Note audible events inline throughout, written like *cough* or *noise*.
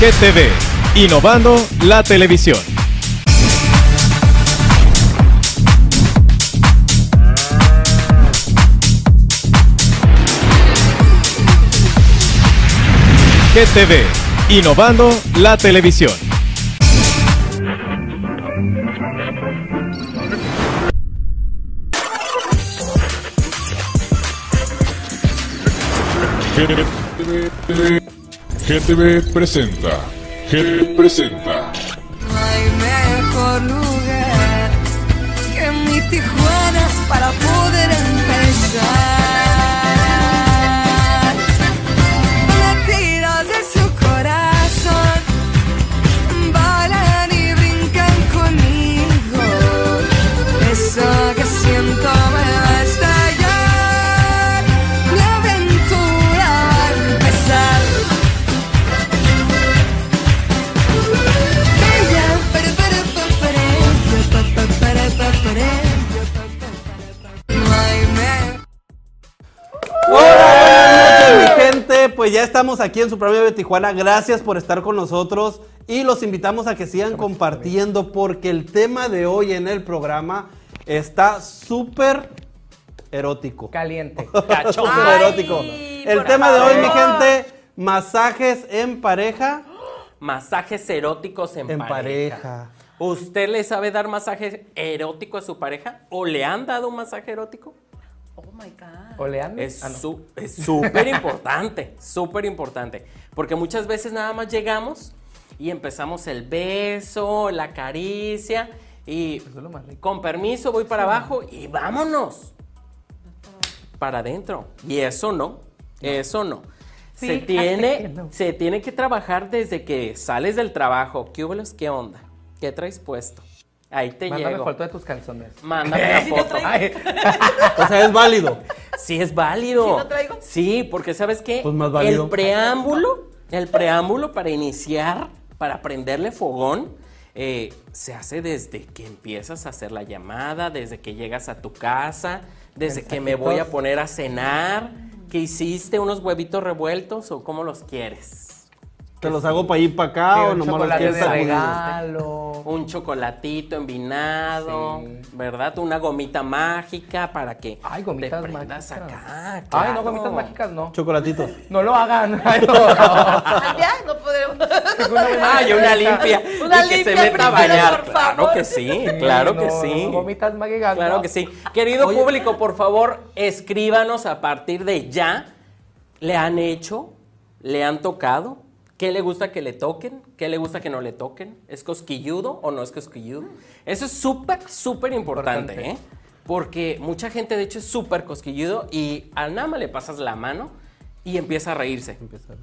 GTV, innovando la televisión. GTV, innovando la televisión. GTV, GTV presenta. GTV presenta. No hay mejor lugar que mi Tijuana para poder empezar. Latidos de su corazón balan y brincan conmigo. Eso que siento me va a estallar. Mi aventura va a empezar. Ella, pere, pere, pa, pere, pa, pa, pere, pa, pere. No hay mejor Buenas noches, mi gente, pues ya estamos aquí en su propia de Tijuana. Gracias por estar con nosotros y los invitamos a que sigan compartiendo porque el tema de hoy en el programa está súper erótico. *laughs* Caliente. Súper Ay, erótico. El por tema de hoy, mi favor. gente, masajes en pareja. Masajes eróticos en, En pareja. pareja. ¿Usted le sabe dar masaje erótico a su pareja? ¿O le han dado un masaje erótico? Oh my God. Oleando. Es su- es súper importante, súper importante. Porque muchas veces nada más llegamos y empezamos el beso, la caricia y con permiso voy para abajo y vámonos. Para adentro. Y eso no, eso no. se, Fíjate que tiene, no. se tiene que trabajar desde que sales del trabajo. ¿Qué hueles? ¿Qué onda? ¿Qué traes puesto? Ahí te Mándame llego. foto de tus calzones. Mándame la foto. Ay, O sea, es válido. Sí, es válido. ¿Sí lo traigo? Sí, porque ¿sabes qué? Pues más válido. El preámbulo, el preámbulo para iniciar, para prenderle fogón, eh, se hace desde que empiezas a hacer la llamada, desde que llegas a tu casa, desde que me voy a poner a cenar, que hiciste unos huevitos revueltos o cómo los quieres. Te los hago para ir para acá que o nomás un los chocolate quieres de sacudir. regalo. Un chocolatito envinado, Sí. ¿verdad? Una gomita mágica para que Ay, gomitas te prendas mágicas. acá. Ay, no, claro. gomitas mágicas no. Chocolatitos. No lo hagan. *laughs* Ay, no. Ah, ya, no podremos. Ah, y una limpia. Una y que se limpia meta a primero, bañar. por Claro favor. que sí, claro que No, sí. no, Gomitas mágicas. Claro no. que sí. Querido público, por favor, escríbanos a partir de ya. ¿Le han hecho? ¿Le han tocado? ¿Qué le gusta que le toquen? ¿Qué le gusta que no le toquen? ¿Es cosquilludo o no es cosquilludo? Eso es súper, súper importante, ¿eh? Importante. Porque mucha gente, de hecho, es súper cosquilludo y a nada más le pasas la mano y empieza a reírse.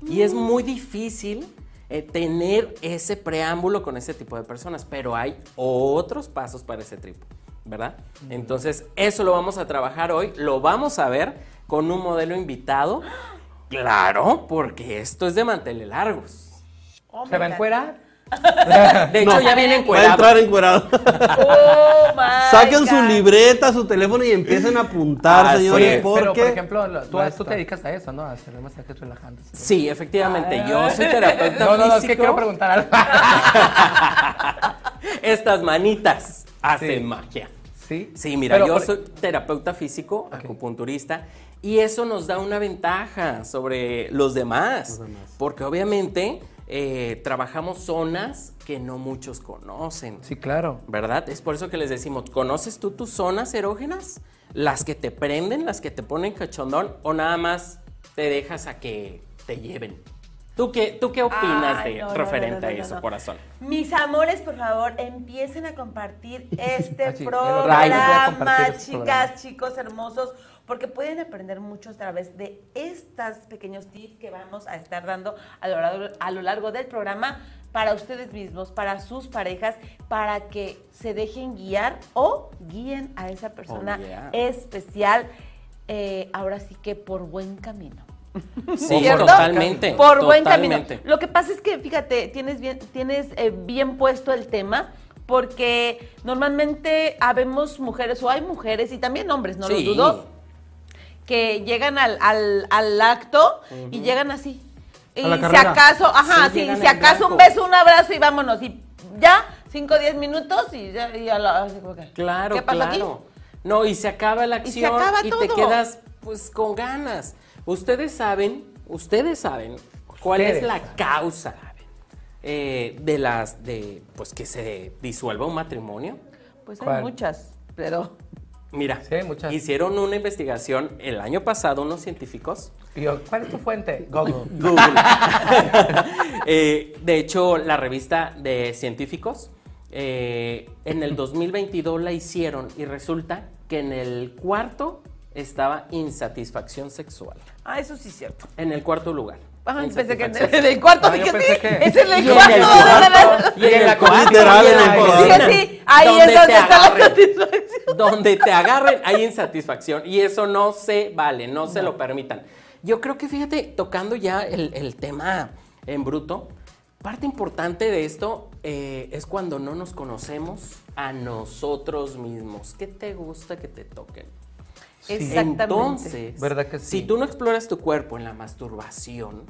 Y es muy difícil eh, tener ese preámbulo con ese tipo de personas, pero hay otros pasos para ese tipo, ¿verdad? Entonces, eso lo vamos a trabajar hoy, lo vamos a ver con un modelo invitado. Claro, porque esto es de manteles largos. *laughs* Oh ¿Se my va a God. encuerar? De hecho, ya viene Va a entrar encuerado. encuerado. Oh my Saquen su God. libreta, su teléfono y empiecen a apuntar, Así señores, es. porque... Pero, por ejemplo, lo- tú, Va a tú te estar. dedicas a eso, ¿no? A hacer masajes relajantes. Sí, efectivamente, *laughs* yo soy terapeuta No, no, no, es que físico. quiero preguntar algo. *laughs* Estas manitas hacen Sí. magia. Sí. Sí, mira, Pero yo por- soy terapeuta físico, acupunturista, y eso nos da una ventaja sobre los demás, porque obviamente eh, trabajamos zonas que no muchos conocen, Sí, claro. ¿verdad? Es por eso que les decimos, ¿conoces tú tus zonas erógenas? Las que te prenden, las que te ponen cachondón, o nada más te dejas a que te lleven. ¿Tú qué, tú qué opinas Ay, de, no, no, referente no, no, a no, eso, no. corazón? Mis amores, por favor, empiecen *laughs* a compartir este Así, Ah, el otro día voy a compartir programa, este programa. chicas, chicos hermosos, porque pueden aprender mucho a través de estos pequeños tips que vamos a estar dando a lo largo, a lo largo del programa para ustedes mismos, para sus parejas, para que se dejen guiar o guíen a esa persona Oh, yeah. especial, eh, ahora sí que por buen camino. Sí, ¿Cierto? totalmente. Por buen camino. totalmente. Lo que pasa es que, fíjate, tienes bien, tienes eh, bien puesto el tema. Porque normalmente habemos mujeres, o hay mujeres, y también hombres, no Sí. lo dudo, que llegan al, al- al acto y llegan así. Y A la si carrera. acaso, ajá, Sí, sí, llegan si en acaso un blanco. beso, un abrazo y vámonos. Y ya, 5 o 10 minutos y ya, y a la- así como que, Claro, ¿Qué pasó aquí? claro. No, y se acaba la Y acción se acaba y te todo. quedas pues con ganas. Ustedes saben, ustedes saben cuál es Ustedes la saben. causa eh, de las de pues que se disuelva un matrimonio. Pues hay ¿Cuál? muchas, pero Mira, Sí, muchas. hicieron una investigación el año pasado unos científicos. Y yo, ¿cuál es tu fuente? *laughs* Google. Eh, de hecho, la revista de científicos eh, en el 2022 la hicieron y resulta que en el cuarto estaba insatisfacción sexual. ah, eso sí es cierto. En el cuarto lugar. Ajá, pensé que en Insatisfacción el, en el cuarto, Ah, yo dije pensé sí, que- es en el Y en cuarto. *laughs* el ¿verdad? Y *laughs* en la cuarta, cocina, y en la literal, en la cocina. cocina. Sí, sí, ahí es te donde está la agarren. satisfacción. Donde te agarren hay insatisfacción y eso no se vale, no, se lo permitan. Yo creo que, fíjate, tocando ya el, el tema en bruto, parte importante de esto eh, es cuando no nos conocemos a nosotros mismos. ¿Qué te gusta que te toquen? Exactamente. Entonces, ¿Verdad que sí? si tú no exploras tu cuerpo en la masturbación,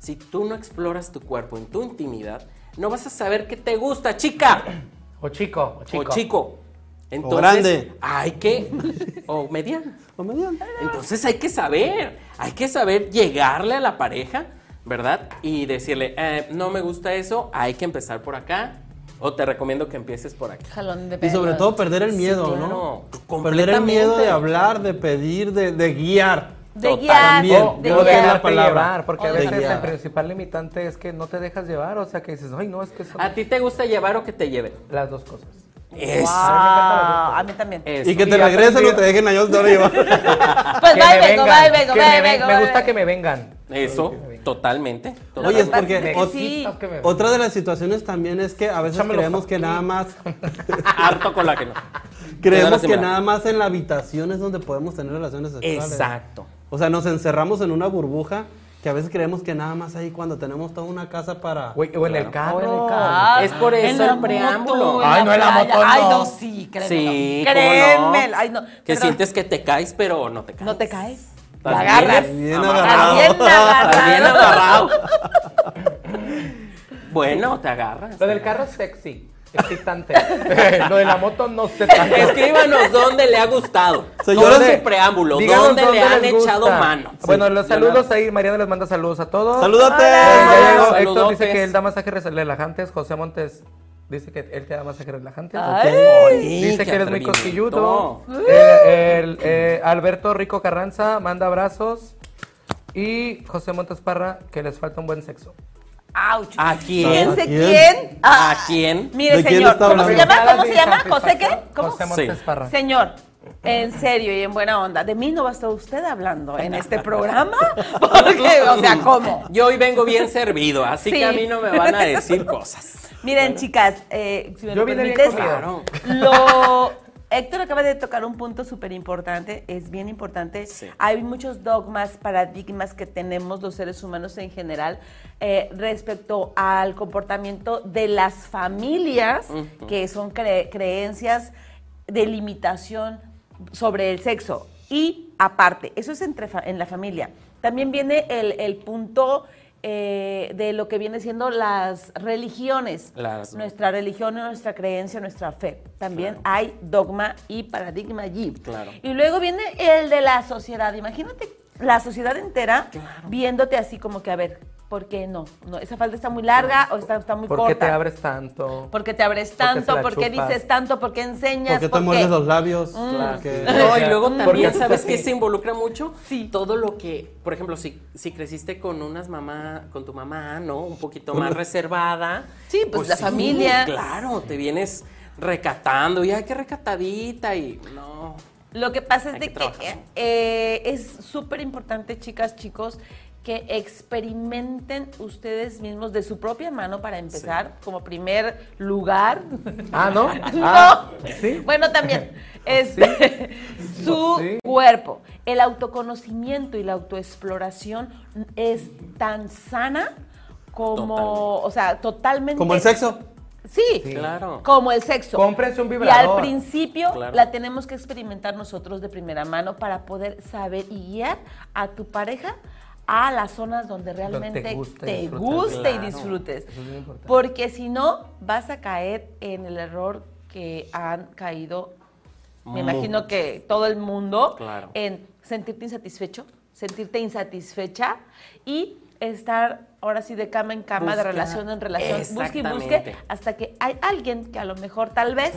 si tú no exploras tu cuerpo en tu intimidad, no vas a saber qué te gusta, chica O chico, o chico. o chico. Entonces, grande. hay que o mediano. O mediante. Entonces hay que saber, hay que saber llegarle a la pareja, ¿verdad? Y decirle, eh, no me gusta eso, hay que empezar por acá. O te recomiendo que empieces por aquí. Jalón de Y sobre pelos. pues, todo perder el miedo, claro, ¿no? Perder el completamente. miedo de hablar, de pedir, de, de guiar. De Total. guiar, También, O de no creo que es guiar. la dejarte palabra. llevar, porque a O de veces guiar. el principal limitante es que no te dejas llevar, o sea que dices, ay no, es que son ¿A ti te gusta llevar o que te lleven? las dos cosas. Pues Eso. Ah, a mí también. eso. Y que Y te regresen aprendí- o te dejen a ellos de *laughs* arriba. Pues Que va y me vengo, vengan, va y vengo, que va me y ven- vengo. Me va y gusta vengo. que me venven. Eso, totalmente. Oye, es totalmente. porque Pasa ot- que sí. Que me- *laughs* otra de las situaciones también es que a veces Échamelo creemos que nada *laughs* más harto *laughs* colágeno. creemos que Señora. nada más en la habitación es donde podemos tener relaciones sexuales. Exacto. O sea, nos encerramos en una burbuja que a veces creemos que nada más ahí cuando tenemos toda una casa para Güey, o en el carro. Ah, Es por en eso la el preámbulo. moto, en Ay, no, en la playa. moto Ay, no, no. sí, créemelo. Sí, ¿cómo no? créemelo. Ay, no. Que perdón. sientes que te caes, pero no te caes. No te caes. Estás La agarras. bien Bien amarrado. agarrado. Estás bien Estás bien agarrado. agarrado. bueno, te agarras. Lo del carro es sexy, excitante. Lo de la moto no sé tanto. Escríbanos dónde le ha gustado. Señores, Todo su preámbulo. Díganos Dónde, le han les echado gusta. mano. Bueno, los Sí, saludos ahí. Mariana les manda saludos a todos. ¡Salúdate! Eh, ya llegó. Saludotes. Héctor dice que él da masajes relajantes. José Montes dice que él te da masajes relajantes. Ay. Ok. Sí, Dice qué que eres muy atrevimiento. cosquilludo. Eh, el, eh, Alberto Rico Carranza manda abrazos. Y José Montes Parra, que les falta un buen sexo. Ouch. ¿A ¿Quién quién? se ¿A quién? quién? Ah. ¿A quién? Mire, ¿De quién señor, está ¿cómo se hablando? llama? ¿Cómo se llama? Satisfacción. ¿José qué? ¿Cómo? José Montes Sí. Parra. Señor, en serio y en buena onda, de mí no va a estar usted hablando en este programa, *laughs* porque, o sea, ¿cómo? Yo hoy vengo bien servido, así Ah. Sí. que a mí no me van a decir cosas. Miren, chicas, eh, si me Yo lo vine bien permites, comido. *laughs* lo... Héctor acaba de tocar un punto súper importante, es bien importante. Sí. Hay muchos dogmas, paradigmas que tenemos los seres humanos en general eh, respecto al comportamiento de las familias, que son cre- creencias de limitación sobre el sexo. Y aparte, eso es entre fa- en la familia. También viene el, el punto eh, de lo que viene siendo las religiones. Las- Nuestra religión, nuestra creencia, nuestra fe. También hay dogma y paradigma allí. Claro. Y luego viene el de la sociedad. Imagínate la sociedad entera viéndote así como que, a ver, ¿por qué no? no esa falda está muy larga o está, está muy ¿Por qué corta. te abres tanto? Porque te abres Porque se tanto, la porque chupas. dices tanto, porque enseñas. porque te muerdes los labios. Claro. porque- No, y luego Mm. también, Porque- ¿sabes qué se involucra mucho? Sí. Todo lo que, por ejemplo, si, si creciste con unas mamá, con tu mamá, ¿no? Un poquito más reservada. Sí, pues, la familia. Claro, te vienes recatando y ay, qué recatadita y no. Lo que pasa es Hay de que que, trabajar. eh, es súper importante, chicas, chicos, que experimenten ustedes mismos de su propia mano para empezar, como primer lugar. Ah, *laughs* ¿no? No. Ah, ¿sí? *laughs* Bueno, también. Este, su Sí. cuerpo. El autoconocimiento y la autoexploración es tan sana como, Totalmente. o sea, totalmente. Como el sexo. Sí, Sí. Claro. como el sexo. Cómprense un Y al vibrador. principio Claro. la tenemos que experimentar nosotros de primera mano para poder saber y guiar a tu pareja a las zonas donde realmente te guste, guste y disfrutes. Claro, y disfrutes. eso es bien importante. Porque si no, vas a caer en el error que han caído, me imagino que todo el mundo, Claro. en sentirte insatisfecho, sentirte insatisfecha y estar ahora sí de cama en cama, de Busca- relación en relación, busque y busque Exactamente. hasta que hay alguien que a lo mejor tal vez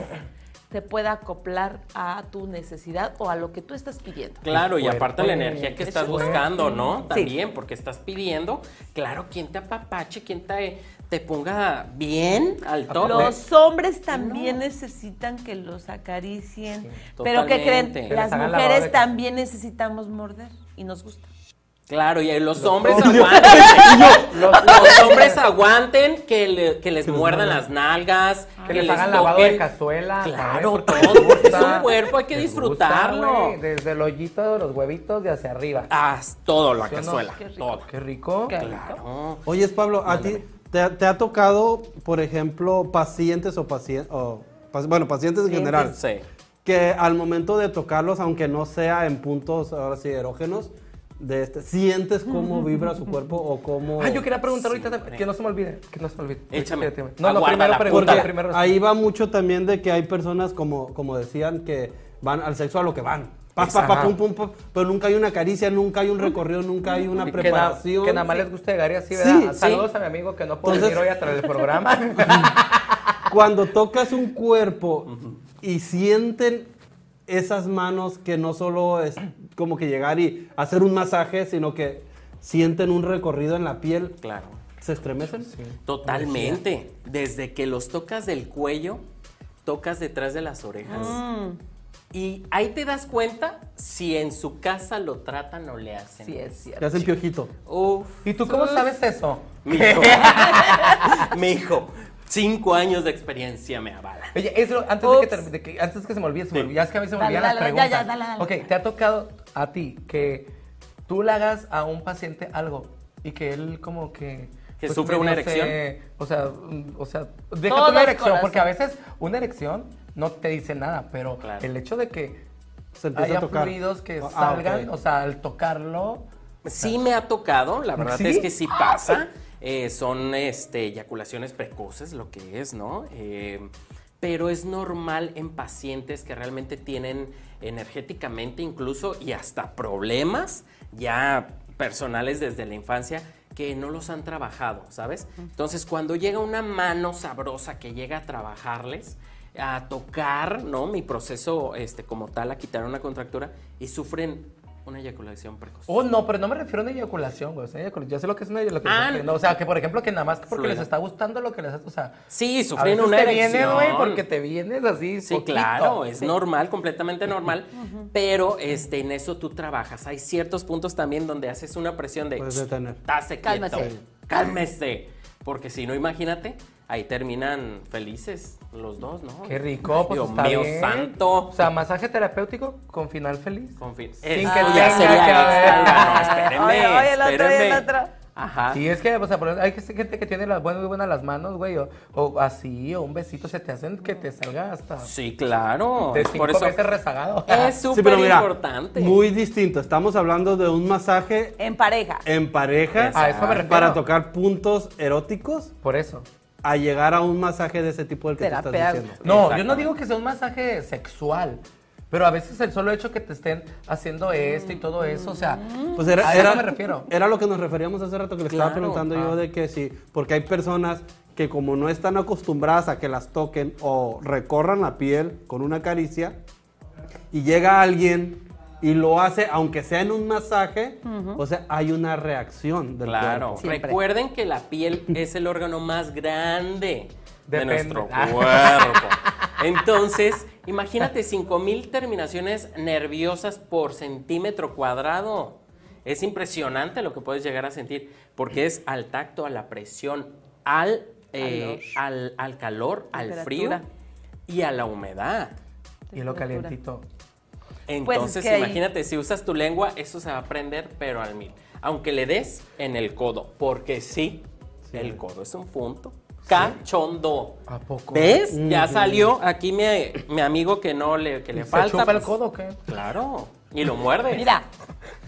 te pueda acoplar a tu necesidad o a lo que tú estás pidiendo. Claro, y fuerte. aparte la energía que Es estás fuerte. buscando, ¿no? Sí. También, porque estás pidiendo, claro, quien te apapache, quien te, te ponga bien al top. Los hombres también necesitan que los acaricien. Pero ¿qué creen? Totalmente. Que Las les hagan lavado de mujeres cara. también necesitamos morder y nos gusta. Claro, y los, hombres *laughs* aguanten. los, los hombres aguanten que, le- que les muerdan las nalgas, Ah, Que les hagan lavado de cazuela. Claro, ¿sabes? Porque todo, les porque es gusta. un cuerpo, hay que Les gusta, disfrutarlo. güey, desde el hoyito de los huevitos de hacia arriba. Ah, todo, la ¿Sí o no? cazuela. Qué rico. Todo. Qué rico. Qué Oh, Claro. Oye, Pablo, ¿a ti te, te ha tocado, por ejemplo, pacientes o pacientes, bueno, pacientes en general, Sí. que al momento de tocarlos, aunque no sea en puntos ahora sí erógenos, de este, sientes cómo vibra su cuerpo o cómo... Ah, yo quería preguntar ahorita también, que no se me olvide, que no se me olvide. Échame. No, no, Aguarda primero la pregunta, puta. primero Ahí va mucho también de que hay personas, como, como decían, que van al sexo a lo que van. Pa, pa, pa, Ajá. pum, pum, pum, pero nunca hay una caricia, nunca hay un recorrido, nunca hay una Que na- Que, preparación. nada más les guste llegar y así, Sí, ¿verdad? Ah, sí. Saludos a mi amigo que no puedo Entonces- venir hoy a traer el programa. *laughs* Cuando tocas un cuerpo y sienten esas manos que no solo es como que llegar y hacer un masaje, sino que sienten un recorrido en la piel, Claro. ¿se estremecen? Totalmente. Desde que los tocas del cuello, tocas detrás de las orejas. Mm. Y ahí te das cuenta si en su casa lo tratan o le hacen. Sí, es cierto. Te hacen piojito. Uf. ¿Y tú cómo sabes eso? Mi hijo. mi hijo. Cinco años de experiencia me avalan. Oye, eso, antes, de que, Ups. termine- de que- antes que se me olvide, se me Sí. olvida, es que a mí se me Dale, olvidan dale, las dale, ya, preguntas. ya, dale, dale. Ok, ¿te ha tocado a ti que tú le hagas a un paciente algo y que él como que... ¿Que sufre una medio se- erección? o sea, mm, o sea, deja Todos tú la erección, corazón. porque a veces una erección no te dice nada, pero Claro. el hecho de que Se empieza haya a tocar. fluidos que Ah, ah, salgan, ok. o sea, al tocarlo... Sí me ha tocado, la verdad ¿Sí? es que sí pasa. Eh, son este, eyaculaciones precoces, lo que es, ¿no? Eh, pero es normal en pacientes que realmente tienen energéticamente incluso y hasta problemas ya personales desde la infancia que no los han trabajado, ¿sabes? Entonces cuando llega una mano sabrosa que llega a trabajarles, a tocar, ¿no? Mi proceso este, como tal, a quitar una contractura y sufren una eyaculación precoz. Oh, no, pero no me refiero a una eyaculación, güey. o sea, eyaculación- Yo sé lo que es una eyaculación. Ah, pero no, o sea, que por ejemplo, que nada más que porque Fluido. les está gustando lo que les hace, o sea. Sí, a sufren veces una te vienes, erección. güey, porque te vienes así. Sí, poquito. claro, es Sí. normal, completamente normal, pero este, en eso tú trabajas. Hay ciertos puntos también donde haces una presión de... Puedes detener. "Tase quieto, Cálmese. Cálmese. Porque si no, imagínate, ahí terminan felices los dos, ¿no? Qué rico, pues Dios está mío bien. santo. O sea, masaje terapéutico con final feliz. Con fin- Sin Eso que ya tenga sería que extra, ver. no, espérenme, Oye, oye, el otro, oye, el espérenme. otro. Ajá. Sí, es que, o sea, por- hay gente que tiene las buenas, muy buenas las manos, güey, o, o así, o un besito, se te hacen que te salga hasta Sí, claro. de es cinco por eso veces rezagado. es Sí, súper pero mira, importante. muy distinto. Estamos hablando de un masaje En pareja. Eh, en pareja A eso me refiero. para tocar puntos eróticos *laughs* Por eso. a llegar a un masaje de ese tipo del que te Terapeuta. estás diciendo. No, yo no Exactamente. digo que sea un masaje sexual, pero a veces el solo hecho que te estén haciendo esto y todo eso, o sea, Mm. Pues era, a eso era- me refiero. era lo que nos referíamos hace rato que le estaba Claro, preguntando ah. yo de que si, porque hay personas que como no están acostumbradas a que las toquen o recorran la piel con una caricia y llega alguien y lo hace, aunque sea en un masaje, o sea, hay una reacción del Claro. cuerpo. Siempre. Recuerden que la piel es el órgano más grande de Depende. nuestro Ah. cuerpo. Entonces, imagínate 5000 terminaciones nerviosas por centímetro cuadrado. Es impresionante lo que puedes llegar a sentir porque es al tacto, a la presión, al, eh, al, al calor, al frío Temperatura. y a la humedad. Y lo calientito. Pues es Entonces, que ahí- imagínate, si usas tu lengua, eso se va a prender, pero al mil. Aunque le des en el codo, porque sí, el codo es un punto. Cachondo. ¿A poco? Mm, ¿Ves? Ya salió aquí mi, mi amigo que no le, que le ¿Se falta. chupa el pues, codo o qué? Claro. Y lo muerde. Mira,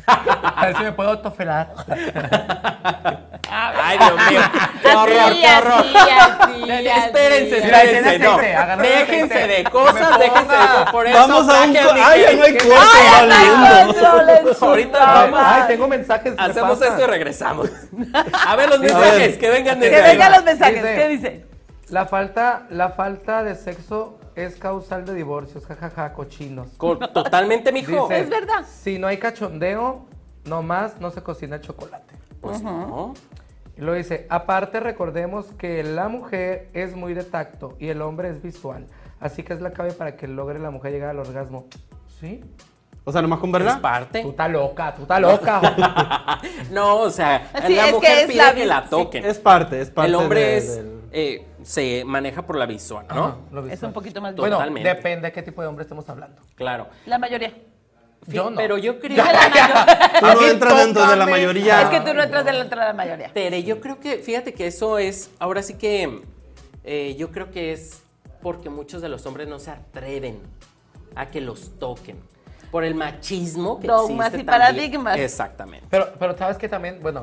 A ver si me puedo tofelar. *laughs* Ay, Dios *laughs* mío. Qué horror, así, qué horror. así, así, *laughs* Espérense, así. Mira, ahí tiene espérense, no. aceite, agarra el Déjense aceite. de cosas, Que me déjense de ponga. co- por eso. Vamos a un. traje mi ¡Ay, ya no hay gente. cuarto! ¡Ay, valiendo. está dentro, le *laughs* Ahorita chupa! vamos. Ay, tengo mensajes. ¿qué Hacemos pasa? esto y regresamos. *laughs* A ver los ver. mensajes, que vengan Que desde ahí. vengan los mensajes. Dice- ¿Qué dice? La falta, la falta de sexo es causal de divorcios, jajaja, cochinos. Co- Totalmente, mijo. Dice, Es verdad. Si no hay cachondeo, nomás no se cocina chocolate. Pues no. Y Lo dice, aparte recordemos que la mujer es muy de tacto y el hombre es visual. Así que es la clave para que logre la mujer llegar al orgasmo. ¿Sí? O sea, nomás con Es verla. Tú parte. estás loca, tú estás *laughs* loca. No, o sea, Sí, la es mujer que es pide la que vi- la sí, toquen. Es parte, es parte. el hombre de- es, *laughs* del- eh, se maneja por la visual, ¿no? Ajá, lo Es visual. un poquito más Bueno, visual. Totalmente. depende de qué tipo de hombre estemos hablando. Claro. *laughs* La mayoría. Yo no. Pero yo creo, Dice la mayoría. Tú no entras dentro de la tócame. mayoría. Es que tú no entras dentro de la mayoría. Tere, yo creo que, fíjate que eso es, ahora sí que, eh, yo creo que es porque muchos de los hombres no se atreven a que los toquen. Por el machismo que Dogmas existe también. y paradigmas. Exactamente. Pero, pero sabes que también, bueno,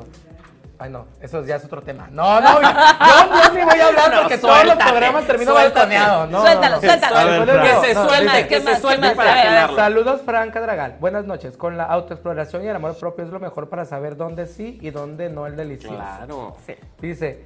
ay no, eso ya es otro tema. No, no, yo, yo ni voy a hablar No, porque todos los suéltate, programas termino suéltate. balconeado. No, no, Suéltalo, no. suéltalo. A ver, Frank. que se No, suelte, dice- que ¿Qué se más, suelte qué más? para A ver, a ver. quemarlo. Saludos, Franca Dragal. Buenas noches. Con la autoexploración y el amor propio es lo mejor para saber dónde sí y dónde no el delicioso. Claro. Sí. Dice,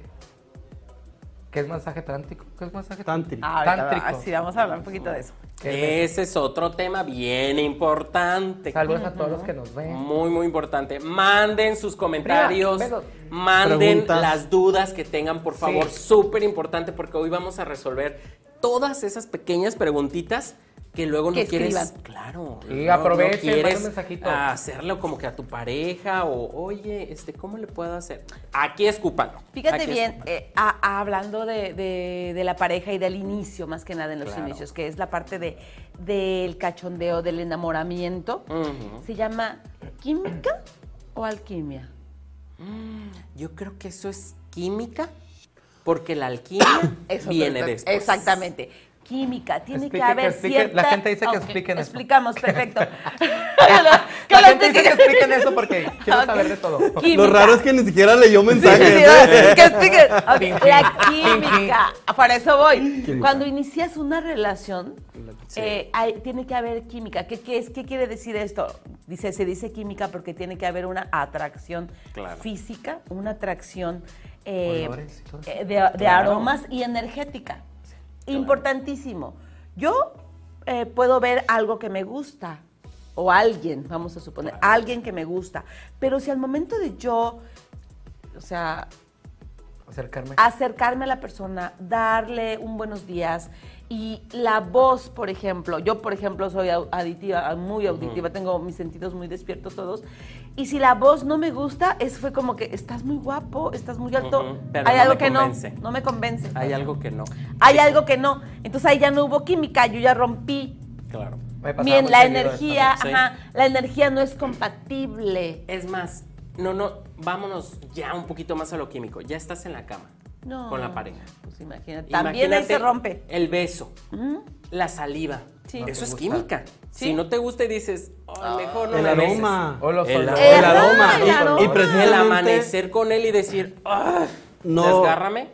¿qué es masaje tántrico? ¿Qué es masaje Tántrico. Ah, ahorita va- Tántrico. sí, vamos a hablar un poquito de eso. ¿Qué Ese es otro tema bien importante. Saludos a todos los que nos ven. Muy, muy importante. Manden sus comentarios. Prima, pero- Manden Preguntas. las dudas que tengan, por favor. Sí. Súper importante porque hoy vamos a resolver todas esas pequeñas preguntitas que luego Que no quieres. escriban. Claro. Y no- no aprovechen, manden quieres un mensajito. hacerlo como que a tu pareja o, oye, este, ¿cómo le puedo hacer? Aquí escúpalo. Fíjate aquí bien, escúpalo. eh, a- a- hablando de, de- de la pareja y del inicio, más que nada en los Claro. inicios, que es la parte de, del cachondeo, del enamoramiento, Ujú. se llama química o alquimia. Yo creo que eso es química porque la alquimia *coughs* Eso viene perfecto. después. Exactamente. Química, tiene Explique, que que haber explique. cierta... La gente dice que Ok, expliquen eso. Explicamos, *laughs* perfecto. *laughs* Que La lo gente dice que expliquen. expliquen eso porque quiero Ok. saber de todo. Química. Lo raro es que ni siquiera leyó Sí, sí, sí, mensajes. no, ¿eh? que *laughs* expliquen. Ok, Fin, La fin. *laughs* química. Para eso voy. Cuando inicias una relación, eh, hay- tiene que haber química. ¿Qué, qué es, ¿Qué quiere decir esto? Dice, se dice química porque tiene que haber una atracción Claro. física, una atracción eh, Olores y todo eso. eh, de, de aromas y energética. Importantísimo. Yo eh, puedo ver algo que me gusta o alguien, vamos a suponer, alguien que me gusta, pero si al momento de yo, o sea, Acercarme. acercarme a la persona, darle un buenos días y la voz, por ejemplo, yo por ejemplo soy au- aditiva, muy auditiva, tengo mis sentidos muy despiertos todos. Y si la voz no me gusta, es fue como que estás muy guapo, estás muy alto, Ujú, pero hay no algo me que convence. no, no me convence. Hay algo que no. Hay algo que no. Entonces ahí ya no hubo química, yo ya rompí. Claro. Me pasaba Bien, muy la seguido esto. energía, sí. ajá, la energía no es compatible. Es más, no, no, vámonos ya un poquito más a lo químico. Ya estás en la cama No. con la pareja. Pues imagínate. También ahí Imagínate se rompe. El beso, la saliva. Sí. Eso No es te gusta. química. Sí. Si no te gusta y dices, "Ay, mejor no El me beses". aroma. Ah. O los El olores. aroma. El aroma. Ajá, el Y- aroma. Y, El El precisamente. amanecer con él y decir, "Ah, No. desgárrame.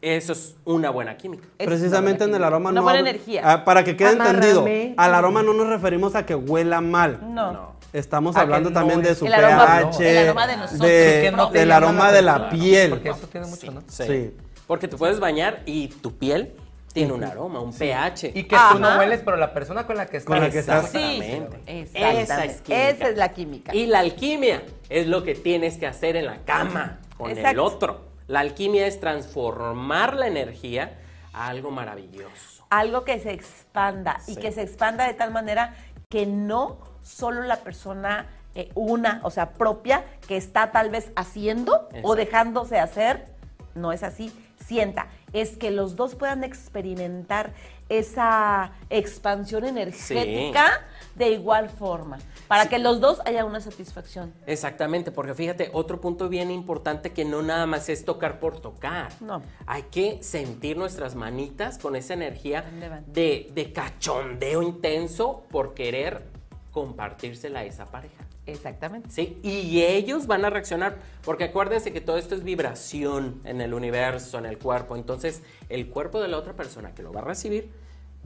Eso es una buena química. Esa Precisamente en es una el aroma no. buena química. Una buena hab- energía. Ah, para que quede Amárrame. entendido, al aroma no nos referimos a que huela mal. No. Estamos A que hablando no también de es- su El aroma- pH, el aroma de nosotros de- Que no te del llama aroma de la atención, Porque piel. eso tiene mucho, ¿no? Sí. Sí. Porque te puedes bañar y tu piel tiene un aroma, un pH. Y que tú no hueles, pero la persona con la que estás. Con la que estás. Exactamente. Sí, Esa es química. Esa es la química. Y la alquimia es lo que tienes que hacer en la cama con el Exacto. otro. La alquimia es transformar la energía a algo maravilloso. Algo que se expanda y Sí. que se expanda de tal manera que no solo la persona eh, una, o sea, propia, que está tal vez haciendo Exacto. o dejándose hacer, no es así, sienta, es que los dos puedan experimentar esa expansión energética de igual forma, para que los dos haya una satisfacción. Exactamente, porque fíjate, otro punto bien importante que no nada más es tocar por tocar. No. Hay que sentir nuestras manitas con esa energía ¿Dónde van? de, de cachondeo intenso por querer compartírsela a esa pareja. Exactamente. ¿sí? Y ellos van a reaccionar, porque acuérdense que todo esto es vibración en el universo, en el cuerpo. Entonces, el cuerpo de la otra persona que lo va a recibir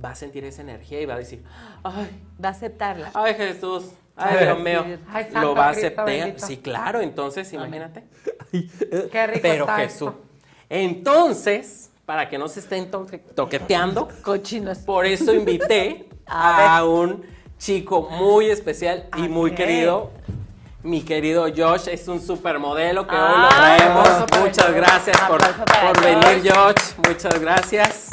va a sentir esa energía y va a decir, ay, Va a aceptarla. ay Jesús, ay *laughs* Dios mío, Ay, lo Santo va a Cristo aceptar. bendito. Sí, claro, entonces imagínate. Qué rico Pero está Jesús. esto. Entonces, para que no se estén to- toqueteando, Cochinos. por eso invité *laughs* A a, un chico muy especial y muy Ok. querido. Mi querido Josh es un supermodelo que hoy lo Ah, traemos. aplauso para Muchas Josh. gracias por, Aplauso para por Josh. venir, Josh. Muchas gracias.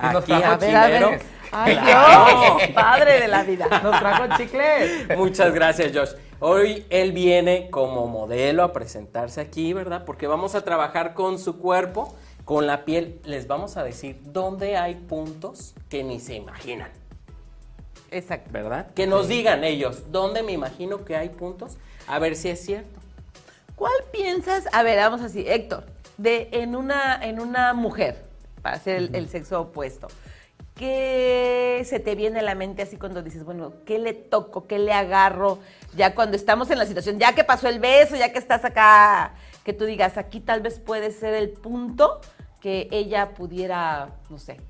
Y nos Aquí trajo a chile. ver, a ver. Chilero. Ay, Claro. Dios, padre de la vida. Nos trajo chicles. Muchas gracias, Josh. Hoy él viene como modelo a presentarse aquí, ¿verdad? Porque vamos a trabajar con su cuerpo, con la piel. Les vamos a decir dónde hay puntos que ni se imaginan, Exacto. ¿verdad? Que nos digan ellos dónde me imagino que hay puntos, a ver si es cierto. ¿Cuál piensas? A ver, vamos así, Héctor, de en una, en una mujer, para ser el, el sexo opuesto. ¿Qué se te viene a la mente así cuando dices, bueno, ¿qué le toco? ¿Qué le agarro? Ya cuando estamos en la situación, ya que pasó el beso, ya que estás acá, que tú digas, aquí tal vez puede ser el punto que ella pudiera, no sé,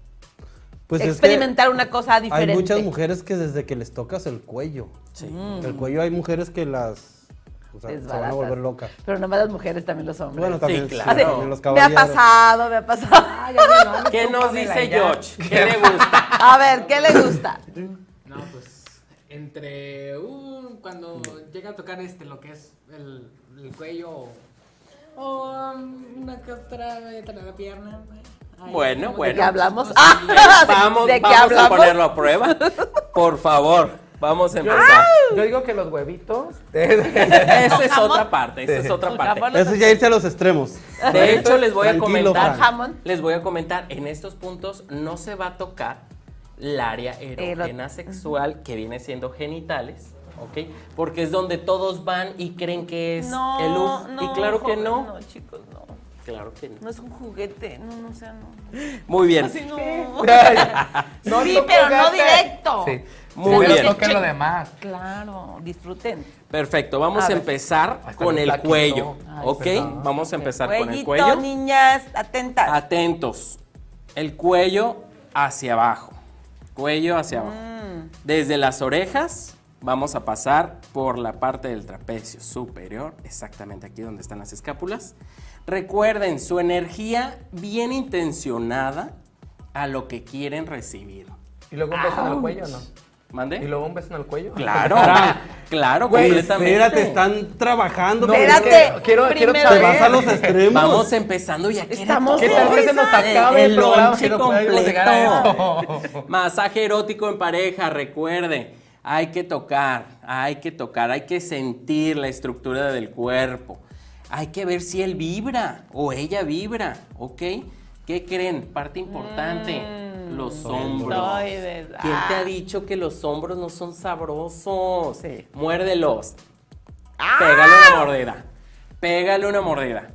Pues es que experimentar una cosa diferente. Mm. Hay muchas mujeres que desde que les tocas el cuello. El cuello hay mujeres que las o sea, se van a Desbaratas. volver locas. Pero nomás las mujeres, también los hombres. *laughs* Bueno, también, sí, Sí, claro. Así, también los me ha caballeros. pasado, me ha pasado. Ay, a mí no, ¿Qué tú nos cómela dice ya. Josh? ¿Qué le gusta? *laughs* A ver, ¿qué le gusta? No, pues entre un cuando llega a tocar este lo que es el, el cuello o, o, um, una que otra vez en la pierna. eh, ahí, Bueno, como bueno. que ¿De qué hablamos? no sé, Ah, *laughs* Vamos, *laughs* ¿De qué vamos a hablamos? ponerlo a prueba. Por favor, vamos a empezar. Yo digo que los *laughs* huevitos. Esa es otra parte, esa es otra parte. Eso es ya irse a los extremos. De hecho, les voy a Tranquilo, comentar. Fran. Jamón. Les voy a comentar. En estos puntos no se va a tocar el área erógena sexual que viene siendo genitales. ¿Ok? Porque es donde todos van y creen que es el uf. y claro que joven, no. No, chicos, no. Claro que no. No es un juguete. No, no, o sea, no. Muy bien. Así no. *laughs* No sí, toco pero no gatas. directo. Sí. Muy Pero bien. toquen lo demás. Claro, disfruten. Perfecto. Vamos A a, ver. empezar Ay, está con bien el flaquito. cuello. Ay, ¿Ok? perdón. Vamos a empezar con el Cuellito, cuello. Ah, niñas, atentas. Atentos. El cuello hacia abajo. Cuello hacia abajo. Desde las orejas vamos a pasar por la parte del trapecio superior, exactamente aquí donde están las escápulas. Recuerden su energía bien intencionada a lo que quieren recibir. Y luego un beso en el cuello, ¿no? ¿Eh? ¿Mande? Y luego un beso en el *laughs* cuello. Claro, claro, Güey, completamente. espérate, están trabajando. No, pero Espérate, quiero- quiero- quiero primero ¿eh? Te saber. vas a los extremos. Vamos empezando ya. Estamos ¿Qué tal que se nos acabe el, programa y lonche no podemos llegar a completo. eso? *laughs* Masaje erótico en pareja, recuerde. Hay que tocar, hay que tocar, hay que sentir la estructura del cuerpo. Hay que ver si él vibra o ella vibra, ¿ok? ¿Qué creen? Parte importante, los hombros. Ay, ¿verdad? ¿Quién te ha dicho que los hombros no son sabrosos? Sí. Muérdelos. Pégale una mordida. Pégale una mordida.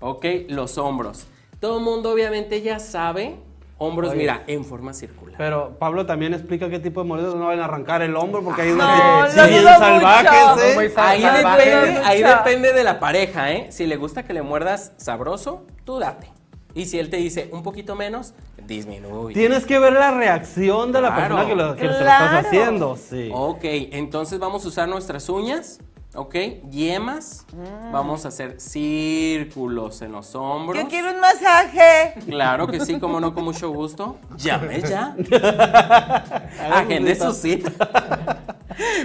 Ok, los hombros. Todo el mundo obviamente ya sabe. Hombros, mira, en forma circular. Pero Pablo también explica qué tipo de mordidas no van a arrancar el hombro porque hay unos No, que lo sí, bien dudo mucho. salvajes, ¿eh? Muy Ahí salvajes. depende, ahí Mucha. depende de la pareja, ¿eh? Si le gusta que le muerdas sabroso, tú date. Y si él te dice un poquito menos, disminuye. Tienes que ver la reacción de la Claro. persona que, lo, que se lo Claro. estás haciendo. Sí. Ok, entonces vamos a usar nuestras uñas, ¿ok? Yemas. Vamos a hacer círculos en los hombros. Yo quiero un masaje. Claro que sí, como no, con mucho gusto. Llame ya. *laughs* Agende su cita.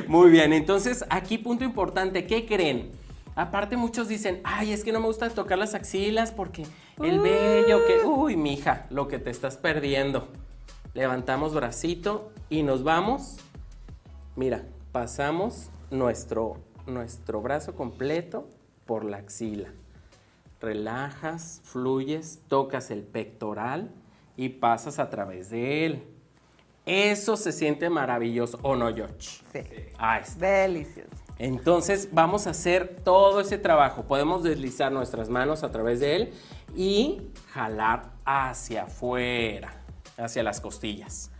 Muy bien, entonces aquí punto importante, ¿qué creen? Aparte muchos dicen, ay, es que no me gusta tocar las axilas porque el vello que... Uy, mija, lo que te estás perdiendo. Levantamos bracito y nos vamos. Mira, pasamos nuestro, nuestro brazo completo por la axila. relajas, fluyes, tocas el pectoral y pasas a través de él. Eso se siente maravilloso, ¿o no, George? Sí. Ahí está. Delicioso. este. Entonces vamos a hacer todo ese trabajo. Podemos deslizar nuestras manos a través de él y jalar hacia afuera, hacia las costillas.